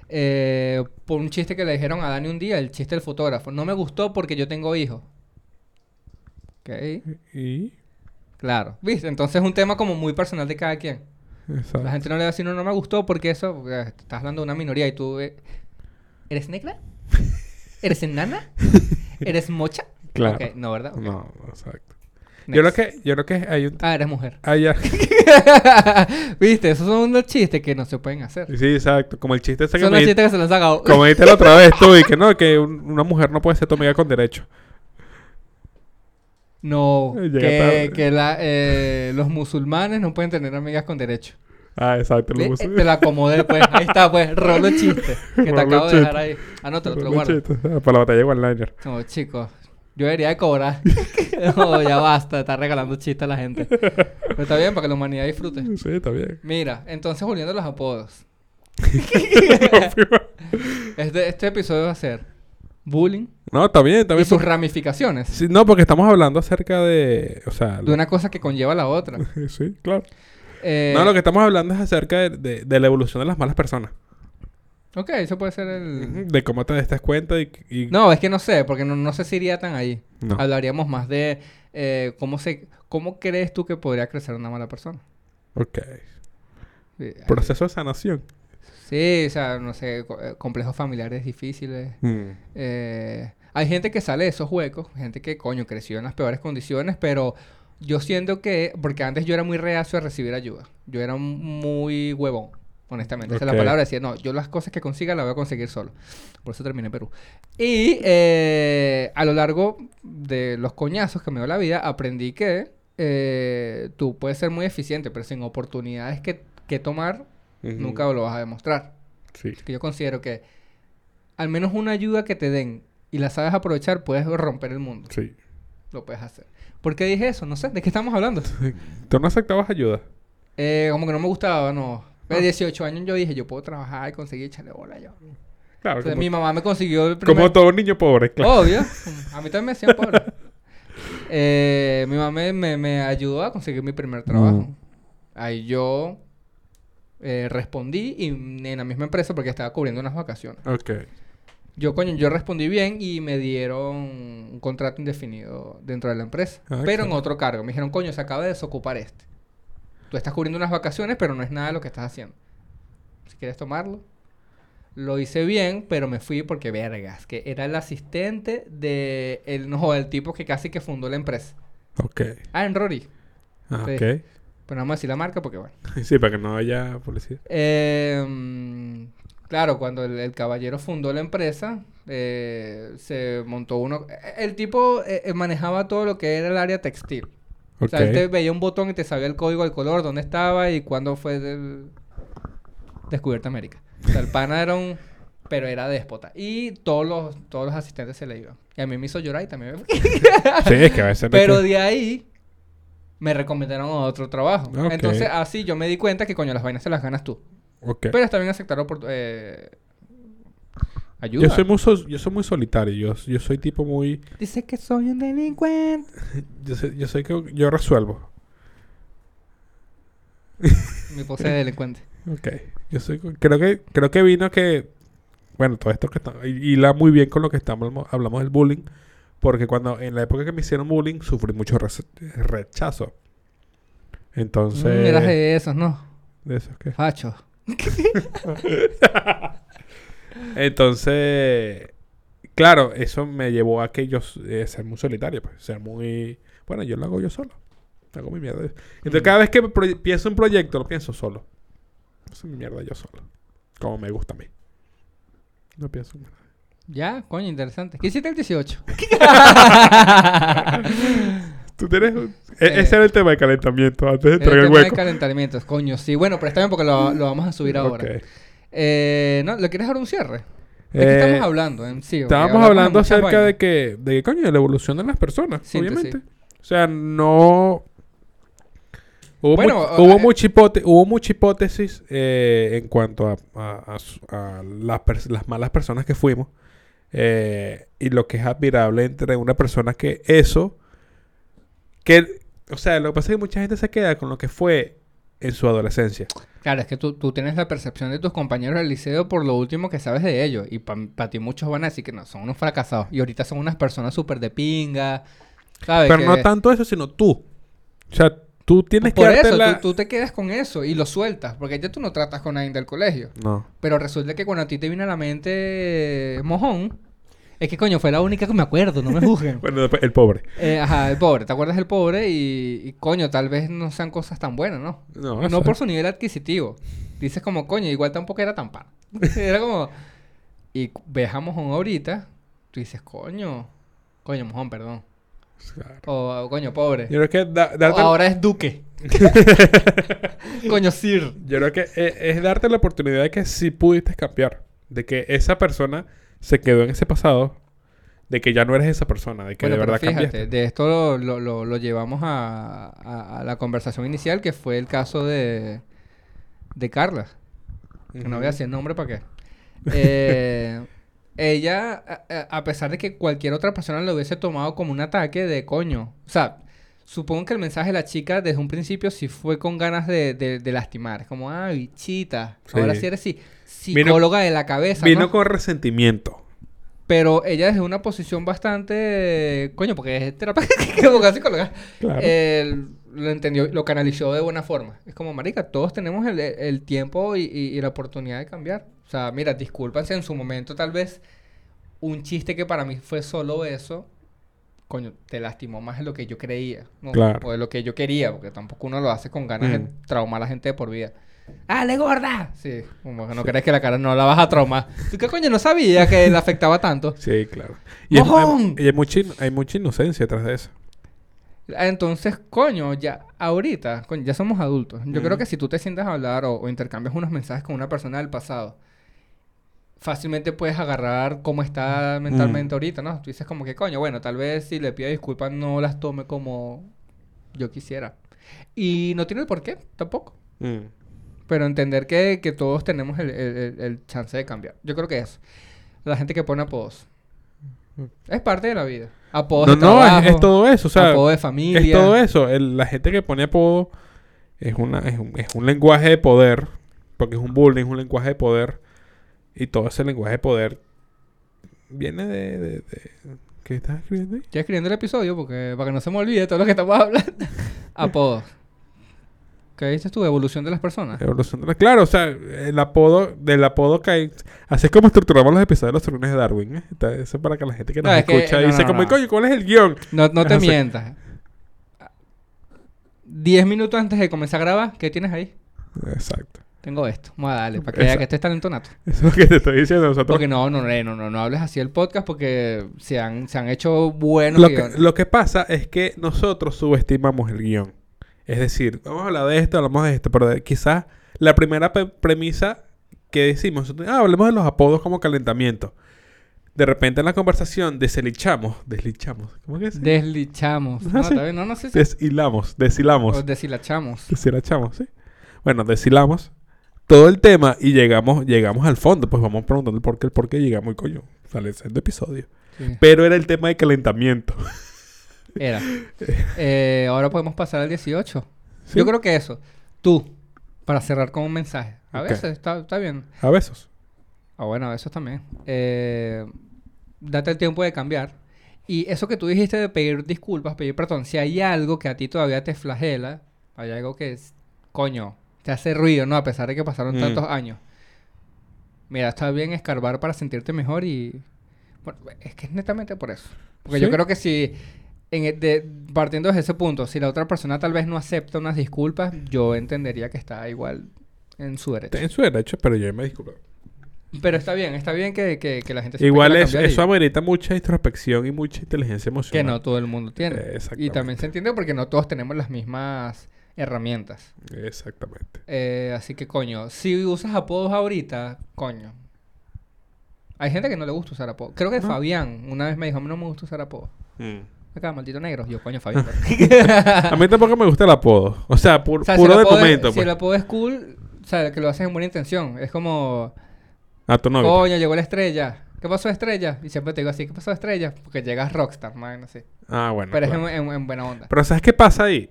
[SPEAKER 2] Eh, por un chiste que le dijeron a Dani un día, el chiste del fotógrafo. No me gustó porque yo tengo hijos. Ok,
[SPEAKER 1] Y
[SPEAKER 2] claro. ¿Viste? Entonces es un tema como muy personal de cada quien.
[SPEAKER 1] exacto.
[SPEAKER 2] La gente no le va a decir, no, no me gustó porque eso, porque estás hablando de una minoría y tú... eh, ¿Eres negra?
[SPEAKER 1] (laughs)
[SPEAKER 2] ¿Eres enana? ¿Eres mocha?
[SPEAKER 1] Claro.
[SPEAKER 2] Ok, no, ¿verdad? Ok,
[SPEAKER 1] No, exacto.
[SPEAKER 2] next.
[SPEAKER 1] Yo creo que yo creo que hay un
[SPEAKER 2] Ah, eres
[SPEAKER 1] (laughs)
[SPEAKER 2] mujer. (laughs)
[SPEAKER 1] hay a-
[SPEAKER 2] Viste, esos son unos chistes que no se pueden hacer.
[SPEAKER 1] Sí, exacto, como el chiste ese que
[SPEAKER 2] Son
[SPEAKER 1] me
[SPEAKER 2] los
[SPEAKER 1] dijiste-
[SPEAKER 2] chistes que se los han sacado.
[SPEAKER 1] Como dijiste la otra vez tú, y que no, que un- una mujer no puede ser tu amiga con derecho.
[SPEAKER 2] (laughs) No,
[SPEAKER 1] Llega
[SPEAKER 2] que,
[SPEAKER 1] tarde.
[SPEAKER 2] que la, eh, los musulmanes no pueden tener amigas con derecho.
[SPEAKER 1] Ah, exacto. lo
[SPEAKER 2] Ve,
[SPEAKER 1] puse-
[SPEAKER 2] eh, Te la
[SPEAKER 1] (laughs)
[SPEAKER 2] acomodé, pues. Ahí está, pues. Rolo el chiste. Que te
[SPEAKER 1] Rolo el
[SPEAKER 2] acabo de dejar
[SPEAKER 1] chiste.
[SPEAKER 2] ahí. Anótalo, te lo
[SPEAKER 1] lo
[SPEAKER 2] guardo.
[SPEAKER 1] chiste. Ah, Para la batalla de one-liner.
[SPEAKER 2] No, chicos, yo debería de cobrar. (laughs) no, ya basta, está regalando chistes a la gente. Pero está bien para que la humanidad disfrute.
[SPEAKER 1] (laughs) Sí, está bien.
[SPEAKER 2] Mira, entonces volviendo a
[SPEAKER 1] (laughs)
[SPEAKER 2] los apodos. este, este episodio va a ser bullying
[SPEAKER 1] No, está bien, está
[SPEAKER 2] y
[SPEAKER 1] bien.
[SPEAKER 2] sus
[SPEAKER 1] porque-
[SPEAKER 2] ramificaciones.
[SPEAKER 1] Sí, no, porque estamos hablando acerca de. O sea.
[SPEAKER 2] De una cosa que conlleva a la otra.
[SPEAKER 1] (laughs) Sí, claro.
[SPEAKER 2] Eh,
[SPEAKER 1] No, lo que estamos hablando es acerca de, de- de la evolución de las malas personas.
[SPEAKER 2] Ok, eso puede ser el...
[SPEAKER 1] De cómo te das cuenta y. y-
[SPEAKER 2] Mm. No, es que no sé, porque no, no sé si iría tan ahí.
[SPEAKER 1] No.
[SPEAKER 2] Hablaríamos más de eh, cómo se... ¿Cómo crees tú que podría crecer una mala persona?
[SPEAKER 1] Ok.
[SPEAKER 2] Eh,
[SPEAKER 1] Proceso de sanación.
[SPEAKER 2] Sí, o sea, no sé, co- eh, complejos familiares difíciles.
[SPEAKER 1] Mm.
[SPEAKER 2] Eh, hay gente que sale de esos huecos, gente que, coño, creció en las peores condiciones, pero yo siento que, porque antes yo era muy reacio a recibir ayuda. Yo era muy huevón, honestamente. Esa es la
[SPEAKER 1] Ok.
[SPEAKER 2] palabra. Decía, no, yo las cosas que consiga las voy a conseguir solo. Por eso terminé en Perú. Y eh, a lo largo de los coñazos que me dio la vida, aprendí que eh, tú puedes ser muy eficiente, pero sin oportunidades que, que tomar,
[SPEAKER 1] Ujú.
[SPEAKER 2] nunca lo vas a demostrar
[SPEAKER 1] Sí.
[SPEAKER 2] que yo considero que al menos una ayuda que te den y la sabes aprovechar, puedes romper el mundo.
[SPEAKER 1] Sí.
[SPEAKER 2] Lo puedes hacer. ¿Por qué dije eso? No sé, ¿de qué
[SPEAKER 1] (laughs)
[SPEAKER 2] estamos hablando?
[SPEAKER 1] ¿Tú no aceptabas ayuda?
[SPEAKER 2] Eh, como que no me gustaba, no. A 18 años yo dije, yo puedo trabajar y conseguir echarle bola yo.
[SPEAKER 1] Claro.
[SPEAKER 2] Entonces
[SPEAKER 1] Ah. como,
[SPEAKER 2] mi mamá me consiguió el
[SPEAKER 1] como
[SPEAKER 2] primer...
[SPEAKER 1] todo niño pobre, claro. (laughs)
[SPEAKER 2] Obvio. A mí también me decían pobre. Eh, mi mamá me, me- me ayudó a conseguir mi primer trabajo.
[SPEAKER 1] Mm.
[SPEAKER 2] Ahí yo eh, respondí y en la misma empresa porque estaba cubriendo unas vacaciones.
[SPEAKER 1] Ok.
[SPEAKER 2] Yo, coño, yo respondí bien y me dieron un contrato indefinido dentro de la empresa.
[SPEAKER 1] Ah,
[SPEAKER 2] pero en
[SPEAKER 1] excelente.
[SPEAKER 2] otro cargo. Me dijeron, coño, se acaba de desocupar este. Tú estás cubriendo unas vacaciones, pero no es nada lo que estás haciendo. Si quieres tomarlo. Lo hice bien, pero me fui porque, vergas, que era el asistente de el, no, el tipo que casi que fundó la empresa.
[SPEAKER 1] Ok.
[SPEAKER 2] Ah, en Rory.
[SPEAKER 1] Ah,
[SPEAKER 2] Sí.
[SPEAKER 1] ok. (laughs)
[SPEAKER 2] Pero no vamos a decir la marca porque, bueno.
[SPEAKER 1] Sí, para que no haya policía.
[SPEAKER 2] Eh, claro, cuando el, el caballero fundó la empresa, eh, se montó uno. eh, El tipo eh, eh, manejaba todo lo que era el área textil.
[SPEAKER 1] Ok.
[SPEAKER 2] O sea, él te veía un botón y te sabía el código, el color, dónde estaba y cuándo fue del- descubierta América. O sea, el pana era un. Pero era déspota. Y todos los, todos los asistentes se le iban. Y a mí me hizo llorar y también me fui.
[SPEAKER 1] Sí, es que a veces no
[SPEAKER 2] Pero
[SPEAKER 1] hay
[SPEAKER 2] de ahí me recomendaron a otro trabajo.
[SPEAKER 1] Ok.
[SPEAKER 2] Entonces, así yo me di cuenta que coño, las vainas se las ganas tú.
[SPEAKER 1] que- Ok.
[SPEAKER 2] Pero está bien aceptar opor- eh, ayuda.
[SPEAKER 1] Yo soy, muy so- yo soy muy solitario. Yo, yo soy tipo muy... (laughs)
[SPEAKER 2] Dice que soy un delincuente.
[SPEAKER 1] Yo soy, yo soy que... Yo resuelvo.
[SPEAKER 2] Mi pose de delincuente.
[SPEAKER 1] (laughs) Ok. Yo soy... co- Creo que, creo que vino que... bueno, todo esto que está, y- hila muy bien con lo que estamos, hablamos del bullying, porque cuando, en la época que me hicieron bullying, sufrí mucho rech- rechazo. Entonces,
[SPEAKER 2] Mm, eras de esos, ¿no?
[SPEAKER 1] de esos que-
[SPEAKER 2] Facho.
[SPEAKER 1] (laughs) Entonces, claro, eso me llevó a que yo eh, ser muy solitario, pues, ser muy... Bueno, yo lo hago yo solo. Hago mi mierda. Entonces,
[SPEAKER 2] Mm.
[SPEAKER 1] cada vez que pro- pienso un proyecto, lo pienso solo. Eso es mi mierda yo solo. Como me gusta a mí. No pienso en nada.
[SPEAKER 2] Ya, coño, interesante. ¿Qué hiciste el
[SPEAKER 1] (laughs)
[SPEAKER 2] 18?
[SPEAKER 1] Tú tienes... un- e- Ese era el tema de calentamiento antes de
[SPEAKER 2] Eh. el
[SPEAKER 1] entrar el
[SPEAKER 2] tema de
[SPEAKER 1] hueco.
[SPEAKER 2] calentamientos, coño, sí. Bueno, pero está bien porque lo, lo vamos a subir ahora.
[SPEAKER 1] Ok.
[SPEAKER 2] Eh, ¿no? ¿Le quieres dar un cierre? ¿De qué
[SPEAKER 1] Eh,
[SPEAKER 2] estamos hablando? En sí,
[SPEAKER 1] Estábamos hablando acerca de que, de que, coño, de la evolución de las personas,
[SPEAKER 2] Síntesis.
[SPEAKER 1] obviamente. O sea, no. Hubo,
[SPEAKER 2] Bueno,
[SPEAKER 1] much-
[SPEAKER 2] o-
[SPEAKER 1] hubo,
[SPEAKER 2] eh,
[SPEAKER 1] mucha hipote- hubo mucha hipótesis eh, en cuanto a, a- a su- a las, pers- las malas personas que fuimos. eh, y lo que es admirable entre una persona que eso. que O sea, lo que pasa es que mucha gente se queda con lo que fue en su adolescencia.
[SPEAKER 2] Claro, es que tú, tú tienes la percepción de tus compañeros del liceo por lo último que sabes de ellos. Y para ti muchos van a decir que no, son unos fracasados. Y ahorita son unas personas súper de pinga. ¿Sabes?
[SPEAKER 1] Pero no
[SPEAKER 2] Que-
[SPEAKER 1] tanto eso, sino tú. O sea, tú tienes
[SPEAKER 2] Por
[SPEAKER 1] que darte
[SPEAKER 2] eso,
[SPEAKER 1] la-
[SPEAKER 2] tú, tú te quedas con eso y lo sueltas. Porque ya tú no tratas con nadie del colegio.
[SPEAKER 1] No.
[SPEAKER 2] Pero resulta que cuando a ti te viene a la mente eh, mojón, es que coño, fue la única que me acuerdo, no me
[SPEAKER 1] (laughs)
[SPEAKER 2] juzguen.
[SPEAKER 1] Bueno, después, el pobre.
[SPEAKER 2] Eh, ajá, el pobre, ¿te acuerdas del pobre? Y, y, coño, tal vez no sean cosas tan buenas, ¿no?
[SPEAKER 1] No,
[SPEAKER 2] No
[SPEAKER 1] eso- (laughs)
[SPEAKER 2] por su nivel adquisitivo. Dices como, coño, igual tampoco era tan pan. (laughs) era como... Y cu- ves a mojón ahorita, tú dices, coño, coño, mojón, perdón.
[SPEAKER 1] Claro.
[SPEAKER 2] O coño, pobre.
[SPEAKER 1] Yo creo que da-
[SPEAKER 2] O
[SPEAKER 1] darte-
[SPEAKER 2] ahora es
[SPEAKER 1] (laughs)
[SPEAKER 2] duque. coño, sir.
[SPEAKER 1] yo creo que e- es, darte la oportunidad de que sí pudiste cambiar, de que esa persona se quedó en ese pasado, de que ya no eres esa persona, de que
[SPEAKER 2] Bueno,
[SPEAKER 1] de
[SPEAKER 2] pero
[SPEAKER 1] verdad
[SPEAKER 2] fíjate,
[SPEAKER 1] cambiaste.
[SPEAKER 2] de esto lo, lo- lo- lo llevamos a, a- a la conversación inicial, que fue el caso de, de Carla. Que no voy a
[SPEAKER 1] Ujú.
[SPEAKER 2] decir el nombre para qué.
[SPEAKER 1] (laughs)
[SPEAKER 2] Eh, ella, a- a, a pesar de que cualquier otra persona lo hubiese tomado como un ataque de coño. O sea, supongo que el mensaje de la chica desde un principio sí fue con ganas de, de- de lastimar. Es como, ah, bichita, ahora
[SPEAKER 1] Sí.
[SPEAKER 2] sí eres sí,
[SPEAKER 1] Vino-
[SPEAKER 2] psicóloga de la cabeza.
[SPEAKER 1] Vino
[SPEAKER 2] ¿no?
[SPEAKER 1] con resentimiento.
[SPEAKER 2] Pero ella desde una posición bastante. Coño, porque es terapéutica, (laughs) abogada psicóloga.
[SPEAKER 1] Claro.
[SPEAKER 2] Eh, lo entendió, lo canalizó de buena forma. Es como, marica, todos tenemos el, el tiempo y, y- y la oportunidad de cambiar. O sea, mira, discúlpanse en su momento, tal vez un chiste que para mí fue solo eso. Coño, te lastimó más de lo que yo creía. ¿no?
[SPEAKER 1] Claro.
[SPEAKER 2] O de lo que yo quería, porque tampoco uno lo hace con ganas de
[SPEAKER 1] Mm.
[SPEAKER 2] traumar a la gente de por vida. ¡Ale, gorda! Sí, como que no crees que la cara no la vas a traumar. ¿Tú qué coño no sabía que le afectaba tanto?
[SPEAKER 1] Sí, claro. Y, es-
[SPEAKER 2] ¡Mojón!
[SPEAKER 1] hay, y hay mucha, in- hay mucha inocencia detrás de eso.
[SPEAKER 2] Ah, Entonces, coño, ya ahorita, coño, ya somos adultos. Yo creo
[SPEAKER 1] Mm.
[SPEAKER 2] que si tú te sientas a hablar o, o intercambias unos mensajes con una persona del pasado, fácilmente puedes agarrar cómo
[SPEAKER 1] Mm.
[SPEAKER 2] está mentalmente ahorita, ¿no? Tú dices como que, coño, bueno, tal vez si le pido disculpas no las tome como yo quisiera. Y no tiene el por qué, tampoco.
[SPEAKER 1] Mm.
[SPEAKER 2] Pero entender que, que todos tenemos el, el- el- el chance de cambiar. Yo creo que eso. La gente que pone apodos. Es parte de la vida. Apodos
[SPEAKER 1] Mm. No,
[SPEAKER 2] de
[SPEAKER 1] no,
[SPEAKER 2] trabajo,
[SPEAKER 1] es, es todo eso. O sea,
[SPEAKER 2] apodo de familia.
[SPEAKER 1] es todo eso. El- la gente que pone apodo es, una, es, un, es un lenguaje de poder. Porque es un bullying, es un lenguaje de poder. Y todo ese lenguaje de poder viene de... de- de- ¿Qué estás escribiendo ahí?
[SPEAKER 2] Estoy escribiendo el episodio porque para que no se me olvide todo lo que
[SPEAKER 1] (laughs)
[SPEAKER 2] estamos hablando. Apodos. ¿Qué dices tú? Evolución de las personas.
[SPEAKER 1] Evolución de la- Claro, o sea, el apodo, del apodo que hay... Así es como estructuramos los episodios de los sermones de Darwin. ¿eh? Está- Eso es para que la gente que
[SPEAKER 2] No,
[SPEAKER 1] nos
[SPEAKER 2] es que-
[SPEAKER 1] escucha
[SPEAKER 2] no,
[SPEAKER 1] dice
[SPEAKER 2] no,
[SPEAKER 1] como,
[SPEAKER 2] no.
[SPEAKER 1] coño, ¿cuál es el guión?
[SPEAKER 2] No,
[SPEAKER 1] (laughs)
[SPEAKER 2] no te
[SPEAKER 1] Ajá, sí.
[SPEAKER 2] mientas. Diez minutos antes de comenzar a grabar, ¿qué tienes ahí?
[SPEAKER 1] Exacto.
[SPEAKER 2] Tengo esto. Vamos a darle, para que vea
[SPEAKER 1] Esa-
[SPEAKER 2] que este es talento nato.
[SPEAKER 1] Eso es lo que te estoy diciendo. Nosotros
[SPEAKER 2] Porque no, no, no, no, no, no hables así del podcast porque se han, se han hecho buenos
[SPEAKER 1] Lo que,
[SPEAKER 2] guiones.
[SPEAKER 1] lo que pasa es que nosotros subestimamos el guión. Es decir, vamos a hablar de esto, hablamos de esto, pero de- quizás la primera pe- premisa que decimos, ah, hablemos de los apodos como calentamiento. De repente en la conversación deslichamos, deslichamos, ¿cómo que se dice?
[SPEAKER 2] Deslichamos.
[SPEAKER 1] Ajá,
[SPEAKER 2] No,
[SPEAKER 1] sí.
[SPEAKER 2] está bien, no, no sé si.
[SPEAKER 1] Deshilamos, deshilamos, (laughs)
[SPEAKER 2] o deshilachamos.
[SPEAKER 1] deshilachamos, ¿sí? Bueno, deshilamos todo el tema y llegamos, llegamos al fondo, pues vamos preguntando el por qué, el por qué llegamos y coño, sale el segundo episodio.
[SPEAKER 2] Sí.
[SPEAKER 1] Pero era el tema de calentamiento. (laughs)
[SPEAKER 2] Era. Eh, ahora podemos pasar al 18.
[SPEAKER 1] ¿sí?
[SPEAKER 2] Yo creo que eso. Tú, para cerrar con un mensaje. A
[SPEAKER 1] Ok.
[SPEAKER 2] veces está, está bien.
[SPEAKER 1] A besos.
[SPEAKER 2] Ah, bueno, eso también. Eh, date el tiempo de cambiar. Y eso que tú dijiste de pedir disculpas, pedir perdón, si hay algo que a ti todavía te flagela, hay algo que es, coño, te hace ruido, ¿no? A pesar de que pasaron
[SPEAKER 1] Mm.
[SPEAKER 2] tantos años. Mira, está bien escarbar para sentirte mejor y... Bueno, es que es netamente por eso. Porque yo
[SPEAKER 1] Sí.
[SPEAKER 2] creo que si, en e- de- partiendo desde ese punto, si la otra persona tal vez no acepta unas disculpas, yo entendería que está igual en su derecho.
[SPEAKER 1] Está en su derecho, pero yo me disculpo.
[SPEAKER 2] Pero está bien, está bien que, que- que la gente se
[SPEAKER 1] Igual
[SPEAKER 2] quiera
[SPEAKER 1] es,
[SPEAKER 2] cambiar y-
[SPEAKER 1] eso amerita mucha introspección y mucha inteligencia
[SPEAKER 2] Que
[SPEAKER 1] emocional.
[SPEAKER 2] no todo el mundo tiene.
[SPEAKER 1] Eh,
[SPEAKER 2] y
[SPEAKER 1] exactamente.
[SPEAKER 2] también se entiende porque no todos tenemos las mismas herramientas.
[SPEAKER 1] Exactamente.
[SPEAKER 2] Eh, así que, coño, si usas apodos ahorita, coño. Hay gente que no le gusta usar apodos. Creo que
[SPEAKER 1] No.
[SPEAKER 2] Fabián una vez me dijo, a mí no me gusta usar apodos. Acá, maldito negro. Yo,
[SPEAKER 1] (laughs)
[SPEAKER 2] coño, Fabián. pero-
[SPEAKER 1] A mí tampoco me gusta el apodo. O sea, pur-
[SPEAKER 2] O sea, si el
[SPEAKER 1] puro de
[SPEAKER 2] apodo es-
[SPEAKER 1] momento.
[SPEAKER 2] Si
[SPEAKER 1] Pues.
[SPEAKER 2] el apodo es cool, o sea, que lo haces en buena intención. Es como,
[SPEAKER 1] A tu novio.
[SPEAKER 2] coño, llegó la estrella. ¿Qué pasó, estrella? Y siempre te digo así, ¿qué pasó, estrella? Porque llegas rockstar, man, así.
[SPEAKER 1] Ah, bueno.
[SPEAKER 2] Pero es
[SPEAKER 1] claro.
[SPEAKER 2] en, en- en buena onda.
[SPEAKER 1] Pero ¿sabes qué pasa ahí?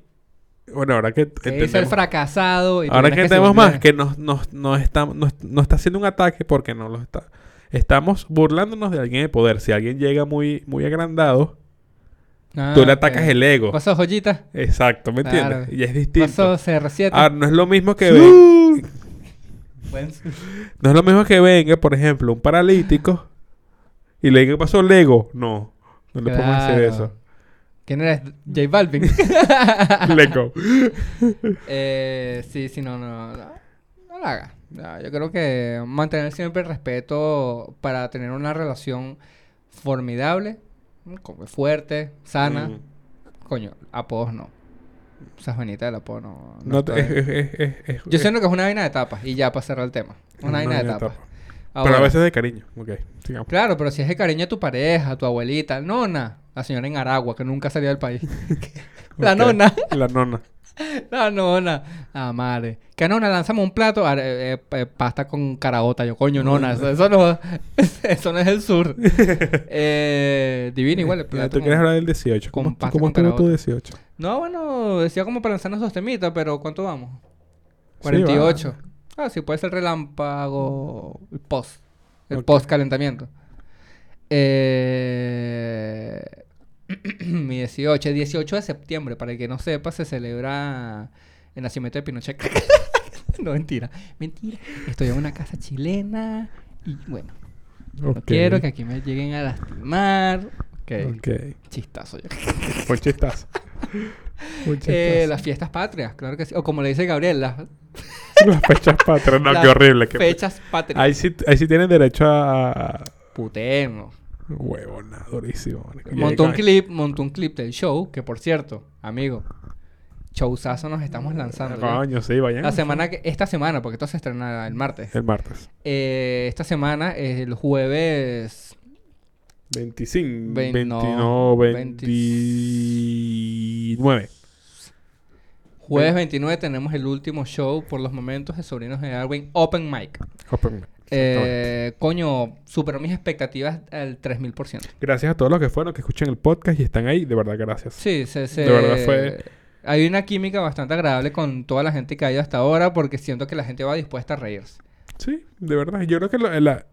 [SPEAKER 1] Bueno, ahora que
[SPEAKER 2] Que dice el
[SPEAKER 1] entendemos-
[SPEAKER 2] fracasado. Y tú
[SPEAKER 1] Ahora
[SPEAKER 2] tienes
[SPEAKER 1] que entendemos
[SPEAKER 2] seguir-
[SPEAKER 1] más que nos, nos, nos está, nos- nos está haciendo un ataque porque no lo está. Estamos burlándonos de alguien de poder. Si alguien llega muy, muy agrandado,
[SPEAKER 2] Ah,
[SPEAKER 1] tú le atacas el ego.
[SPEAKER 2] Pasó joyita.
[SPEAKER 1] Exacto, ¿me
[SPEAKER 2] Claro.
[SPEAKER 1] entiendes? Y es distinto.
[SPEAKER 2] Pasó CR7.
[SPEAKER 1] Ahora, Ah, no es lo mismo que ven-
[SPEAKER 2] Uh. Buen-
[SPEAKER 1] no es lo mismo que venga, por ejemplo, un paralítico y le diga ¿qué pasó Lego. No, no le podemos hacer
[SPEAKER 2] Claro.
[SPEAKER 1] eso.
[SPEAKER 2] ¿Quién eres?
[SPEAKER 1] (laughs)
[SPEAKER 2] J Balvin.
[SPEAKER 1] Lego.
[SPEAKER 2] eh, sí, sí, no, no, no. No lo haga. No, yo creo que mantener siempre el respeto para tener una relación formidable, como fuerte, sana.
[SPEAKER 1] Mm.
[SPEAKER 2] Coño, apodos no. Esas venitas del apodo no. (laughs) no
[SPEAKER 1] No te-
[SPEAKER 2] estoy-
[SPEAKER 1] es- es- es- es-
[SPEAKER 2] Yo
[SPEAKER 1] es-
[SPEAKER 2] siento que es una vaina de etapas y ya para cerrar el tema. Una,
[SPEAKER 1] no
[SPEAKER 2] vaina de Ah,
[SPEAKER 1] hay
[SPEAKER 2] etapas.
[SPEAKER 1] etapa. Pero
[SPEAKER 2] Ahora-
[SPEAKER 1] a veces de cariño. Ok, sigamos.
[SPEAKER 2] Claro, pero si es de cariño a tu pareja, a tu abuelita, nona, la señora en Aragua que nunca salió del país.
[SPEAKER 1] (laughs)
[SPEAKER 2] la
[SPEAKER 1] Ok.
[SPEAKER 2] nona,
[SPEAKER 1] (laughs) La nona.
[SPEAKER 2] la nona. Ah, madre. Que nona, lanzamos un plato, ah, eh, eh, eh, pasta con carabota. Yo, coño, nona, eso, eso no, (laughs) eso no es
[SPEAKER 1] (laughs)
[SPEAKER 2] el sur. Eh, divino igual el
[SPEAKER 1] Ya,
[SPEAKER 2] plato.
[SPEAKER 1] tú quieres
[SPEAKER 2] con-
[SPEAKER 1] hablar del 18.
[SPEAKER 2] con
[SPEAKER 1] ¿Cómo,
[SPEAKER 2] pasta
[SPEAKER 1] cómo
[SPEAKER 2] con
[SPEAKER 1] estuvo tu
[SPEAKER 2] caraota.
[SPEAKER 1] 18?
[SPEAKER 2] No, bueno, decía como para lanzarnos dos temitas, pero ¿cuánto vamos?
[SPEAKER 1] va.
[SPEAKER 2] 48. ah, sí, puede ser relámpago. El post. El
[SPEAKER 1] Ok.
[SPEAKER 2] post calentamiento. Eh, (clears throat) mi 18. El 18 de septiembre, para el que no sepa, se celebra el nacimiento de Pinochet. (laughs) no, mentira. Mentira. Estoy en una casa chilena. Y bueno, no
[SPEAKER 1] Ok.
[SPEAKER 2] quiero que aquí me lleguen a lastimar. Ok.
[SPEAKER 1] Ok.
[SPEAKER 2] Chistazo yo.
[SPEAKER 1] Un chistazo. Un chistazo.
[SPEAKER 2] Eh, las fiestas patrias, claro que sí. O como le dice Gabriel, las
[SPEAKER 1] (laughs) Las fechas patrias. No,
[SPEAKER 2] las
[SPEAKER 1] qué horrible. qué-
[SPEAKER 2] fechas patrias.
[SPEAKER 1] Ahí sí, ahí sí tienen derecho a... a-
[SPEAKER 2] Puteno.
[SPEAKER 1] Huevona, durísimo. marico. Y
[SPEAKER 2] Montó un
[SPEAKER 1] ahí-
[SPEAKER 2] clip, montó un clip del show, que por cierto, amigo, showzazo nos estamos lanzando. ya.
[SPEAKER 1] ah, Coño, sí, vayan.
[SPEAKER 2] La semana que, esta semana, porque esto se estrena el martes.
[SPEAKER 1] El martes.
[SPEAKER 2] Eh, esta semana, eh, el jueves
[SPEAKER 1] 25.
[SPEAKER 2] Vein-
[SPEAKER 1] 20,
[SPEAKER 2] no,
[SPEAKER 1] no,
[SPEAKER 2] 20.
[SPEAKER 1] 29.
[SPEAKER 2] jueves 29 tenemos el último show por los momentos de Sobrinos de Darwin, Open Mic.
[SPEAKER 1] Open. Exactamente.
[SPEAKER 2] Eh, coño, superó mis expectativas al 3000%.
[SPEAKER 1] Gracias a todos los que fueron, que escuchan el podcast y están ahí. De verdad, gracias.
[SPEAKER 2] Sí, se, se-
[SPEAKER 1] De verdad fue-
[SPEAKER 2] Hay una química bastante agradable con toda la gente que ha ido hasta ahora porque siento que la gente va dispuesta a reírse.
[SPEAKER 1] Sí, de verdad. Yo creo que lo- la-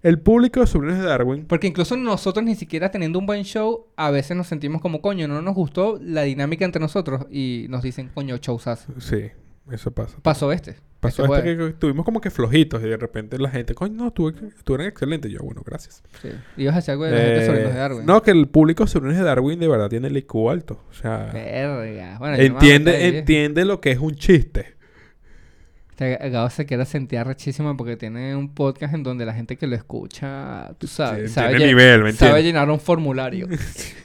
[SPEAKER 1] el público de Sobrinos de Darwin
[SPEAKER 2] Porque incluso nosotros ni siquiera teniendo un buen show, a veces nos sentimos como, coño, no nos gustó la dinámica entre nosotros y nos dicen, coño, showzazo.
[SPEAKER 1] Sí, eso pasa.
[SPEAKER 2] Pasó este.
[SPEAKER 1] Pasó
[SPEAKER 2] este
[SPEAKER 1] hasta
[SPEAKER 2] jueves.
[SPEAKER 1] que estuvimos como que flojitos y de repente la gente, coño, no, tú, tú eres excelente. Y Yo, bueno, gracias.
[SPEAKER 2] Sí. Ibas a hacer algo de Pues, la gente
[SPEAKER 1] Eh,
[SPEAKER 2] sobre los de Darwin.
[SPEAKER 1] No, que el público sobre de Darwin de verdad tiene el IQ alto. O sea,
[SPEAKER 2] Verga. Bueno, yo no me voy a meter
[SPEAKER 1] entiende,
[SPEAKER 2] ahí.
[SPEAKER 1] entiende lo que es un
[SPEAKER 2] (laughs)
[SPEAKER 1] chiste.
[SPEAKER 2] Este Gabo se quiere sentir rechísima porque tiene un podcast en donde la gente que lo escucha, tú sabes,
[SPEAKER 1] Sí,
[SPEAKER 2] sabe,
[SPEAKER 1] tiene
[SPEAKER 2] llen-
[SPEAKER 1] nivel, ¿me
[SPEAKER 2] sabe
[SPEAKER 1] entiendes?
[SPEAKER 2] llenar
[SPEAKER 1] (laughs)
[SPEAKER 2] un formulario.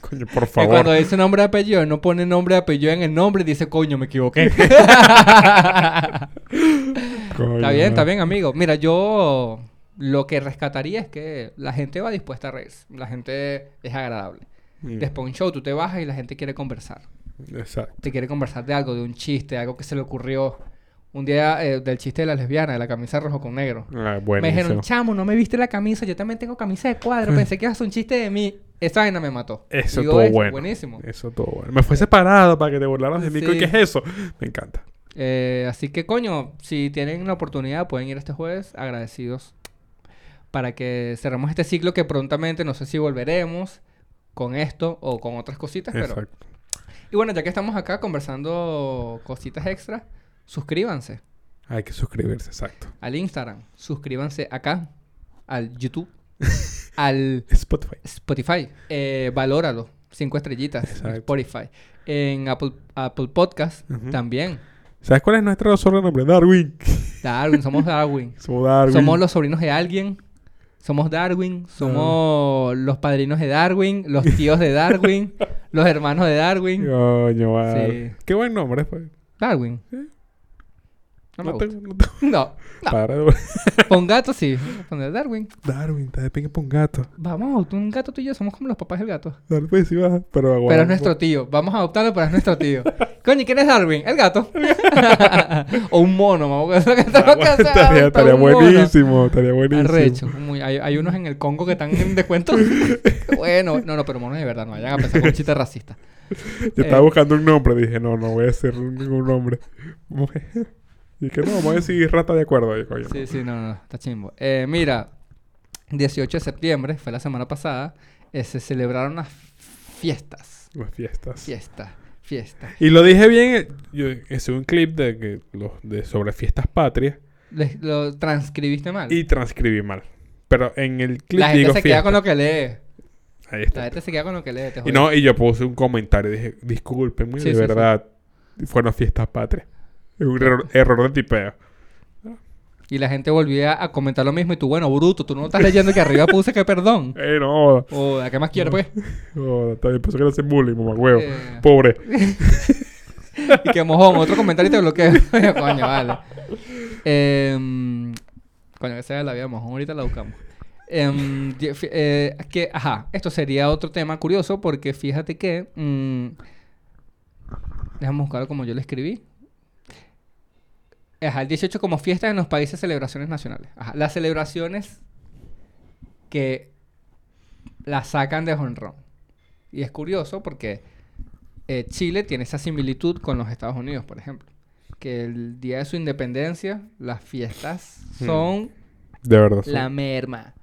[SPEAKER 1] Coño, por
[SPEAKER 2] Que
[SPEAKER 1] favor.
[SPEAKER 2] cuando dice nombre de apellido, no pone nombre de apellido en el nombre y dice, coño,
[SPEAKER 1] (laughs)
[SPEAKER 2] me equivoqué.
[SPEAKER 1] Coño,
[SPEAKER 2] Eh, Está bien, está
[SPEAKER 1] madre.
[SPEAKER 2] bien, amigo. Mira, yo lo que rescataría es que la gente va dispuesta a reírse. La gente es agradable.
[SPEAKER 1] Mm,
[SPEAKER 2] Después de un show, tú te bajas y la gente quiere conversar.
[SPEAKER 1] Exacto.
[SPEAKER 2] Te quiere conversar de algo, de un chiste, algo que se le ocurrió. Un día eh, del chiste de la lesbiana, de la camisa rojo con negro.
[SPEAKER 1] Ah,
[SPEAKER 2] Me dijeron,
[SPEAKER 1] buenísimo.
[SPEAKER 2] chamo, no me viste la camisa, yo también tengo camisa de
[SPEAKER 1] (laughs)
[SPEAKER 2] cuadro, pensé que ibas a hacer un chiste de mí. Esa vaina me mató.
[SPEAKER 1] Eso
[SPEAKER 2] Digo,
[SPEAKER 1] todo
[SPEAKER 2] "Es
[SPEAKER 1] bueno.
[SPEAKER 2] Buenísimo.
[SPEAKER 1] Eso todo bueno. Me fue separado para que te burlaras de mí.
[SPEAKER 2] Sí.
[SPEAKER 1] ¿Qué es eso? Me encanta.
[SPEAKER 2] Eh, así que, coño, si tienen la oportunidad, pueden ir este jueves agradecidos para que cerremos este ciclo que prontamente no sé si volveremos con esto o con otras cositas, pero...
[SPEAKER 1] Exacto.
[SPEAKER 2] Y bueno, ya que estamos acá conversando cositas extra, suscríbanse
[SPEAKER 1] Hay que suscribirse, exacto.
[SPEAKER 2] al Instagram, suscríbanse acá,
[SPEAKER 1] (laughs)
[SPEAKER 2] al YouTube, al
[SPEAKER 1] Spotify.
[SPEAKER 2] Spotify, eh, valóralo, cinco estrellitas en
[SPEAKER 1] Exacto.
[SPEAKER 2] Spotify. En Apple, Apple Podcast
[SPEAKER 1] Ujú.
[SPEAKER 2] también.
[SPEAKER 1] ¿Sabes cuál es nuestro sobrenombre? Darwin. (laughs)
[SPEAKER 2] Darwin, somos Darwin.
[SPEAKER 1] Somos Darwin.
[SPEAKER 2] Somos los sobrinos de alguien. Somos Darwin. Somos los padrinos de Darwin. Los tíos
[SPEAKER 1] (laughs)
[SPEAKER 2] de Darwin. los hermanos de Darwin.
[SPEAKER 1] Coño, vale.
[SPEAKER 2] Sí.
[SPEAKER 1] Qué buen nombre, pues.
[SPEAKER 2] Darwin. No
[SPEAKER 1] No
[SPEAKER 2] me gusta.
[SPEAKER 1] tengo- no tengo-
[SPEAKER 2] No.
[SPEAKER 1] Para de-
[SPEAKER 2] Con gato sí. Con Darwin.
[SPEAKER 1] Darwin, está de pinga por un gato.
[SPEAKER 2] Vamos, tú, un gato tú y yo somos como los papás del gato.
[SPEAKER 1] Dale, pues, sí, baja. Pero, aguanta.
[SPEAKER 2] Pero es nuestro tío. Vamos a adoptarlo, pero es nuestro
[SPEAKER 1] (laughs)
[SPEAKER 2] tío. Coño, ¿y quién es Darwin? El gato. (laughs) o un mono, mamá. Eso que tengo que
[SPEAKER 1] Aguanta, (laughs)
[SPEAKER 2] hacer,
[SPEAKER 1] Estaría,
[SPEAKER 2] adoptar
[SPEAKER 1] estaría
[SPEAKER 2] un mono.
[SPEAKER 1] buenísimo, estaría buenísimo.
[SPEAKER 2] Arrecho. Muy- hay, hay unos en el Congo que están
[SPEAKER 1] (laughs)
[SPEAKER 2] en descuento. bueno, no, no, pero monos de verdad, no vayan a pensar con
[SPEAKER 1] (laughs)
[SPEAKER 2] chistes racistas.
[SPEAKER 1] Yo estaba
[SPEAKER 2] Eh.
[SPEAKER 1] buscando un nombre, dije, no, no voy a decir ningún nombre. (laughs) y que no, vamos a decir rata de acuerdo. Yo, coño,
[SPEAKER 2] Sí, sí, no, no, está chimbo. Eh, mira, 18 de septiembre, fue la semana pasada, eh, se celebraron las fiestas.
[SPEAKER 1] Las fiestas.
[SPEAKER 2] Fiestas, fiestas.
[SPEAKER 1] Y lo dije bien, eh, yo hice un clip de que los de sobre fiestas patrias
[SPEAKER 2] Les- lo transcribiste mal.
[SPEAKER 1] y transcribí mal. Pero en el clip
[SPEAKER 2] la gente
[SPEAKER 1] digo
[SPEAKER 2] se queda
[SPEAKER 1] fiesta.
[SPEAKER 2] con lo que lee.
[SPEAKER 1] Ahí
[SPEAKER 2] La
[SPEAKER 1] está.
[SPEAKER 2] gente se queda con lo que lee. Te
[SPEAKER 1] Y
[SPEAKER 2] jodí.
[SPEAKER 1] no, y yo puse un comentario, dije, discúlpenme,
[SPEAKER 2] Sí,
[SPEAKER 1] de
[SPEAKER 2] sí, sí.
[SPEAKER 1] verdad, fueron fiestas patrias. Es un error, error de
[SPEAKER 2] (laughs)
[SPEAKER 1] tipeo.
[SPEAKER 2] Y la gente volvía a comentar lo mismo. Y tú, bueno, bruto, tú no estás leyendo que arriba puse
[SPEAKER 1] (laughs)
[SPEAKER 2] que perdón.
[SPEAKER 1] Eh, no,
[SPEAKER 2] O, ¿a qué más quieres, pues?
[SPEAKER 1] no, también pensó que le hacen bullying, mamá huevo.
[SPEAKER 2] Eh. (laughs)
[SPEAKER 1] Pobre.
[SPEAKER 2] Y que mojón, otro comentario y te bloqueo. (laughs) coño, vale. Em, coño, que sea la vida de mojón, ahorita la buscamos. Em, di- fi- eh, que, ajá, esto sería otro tema curioso porque fíjate que. mm, déjame buscarlo como yo lo escribí. Ajá, el 18 como fiesta en los países celebraciones nacionales. Ajá, las celebraciones que las sacan de honrón. Y es curioso porque eh, Chile tiene esa similitud con los Estados Unidos, por ejemplo. Que el día de su independencia, las fiestas
[SPEAKER 1] Hmm.
[SPEAKER 2] son
[SPEAKER 1] De verdad. sí.
[SPEAKER 2] la merma.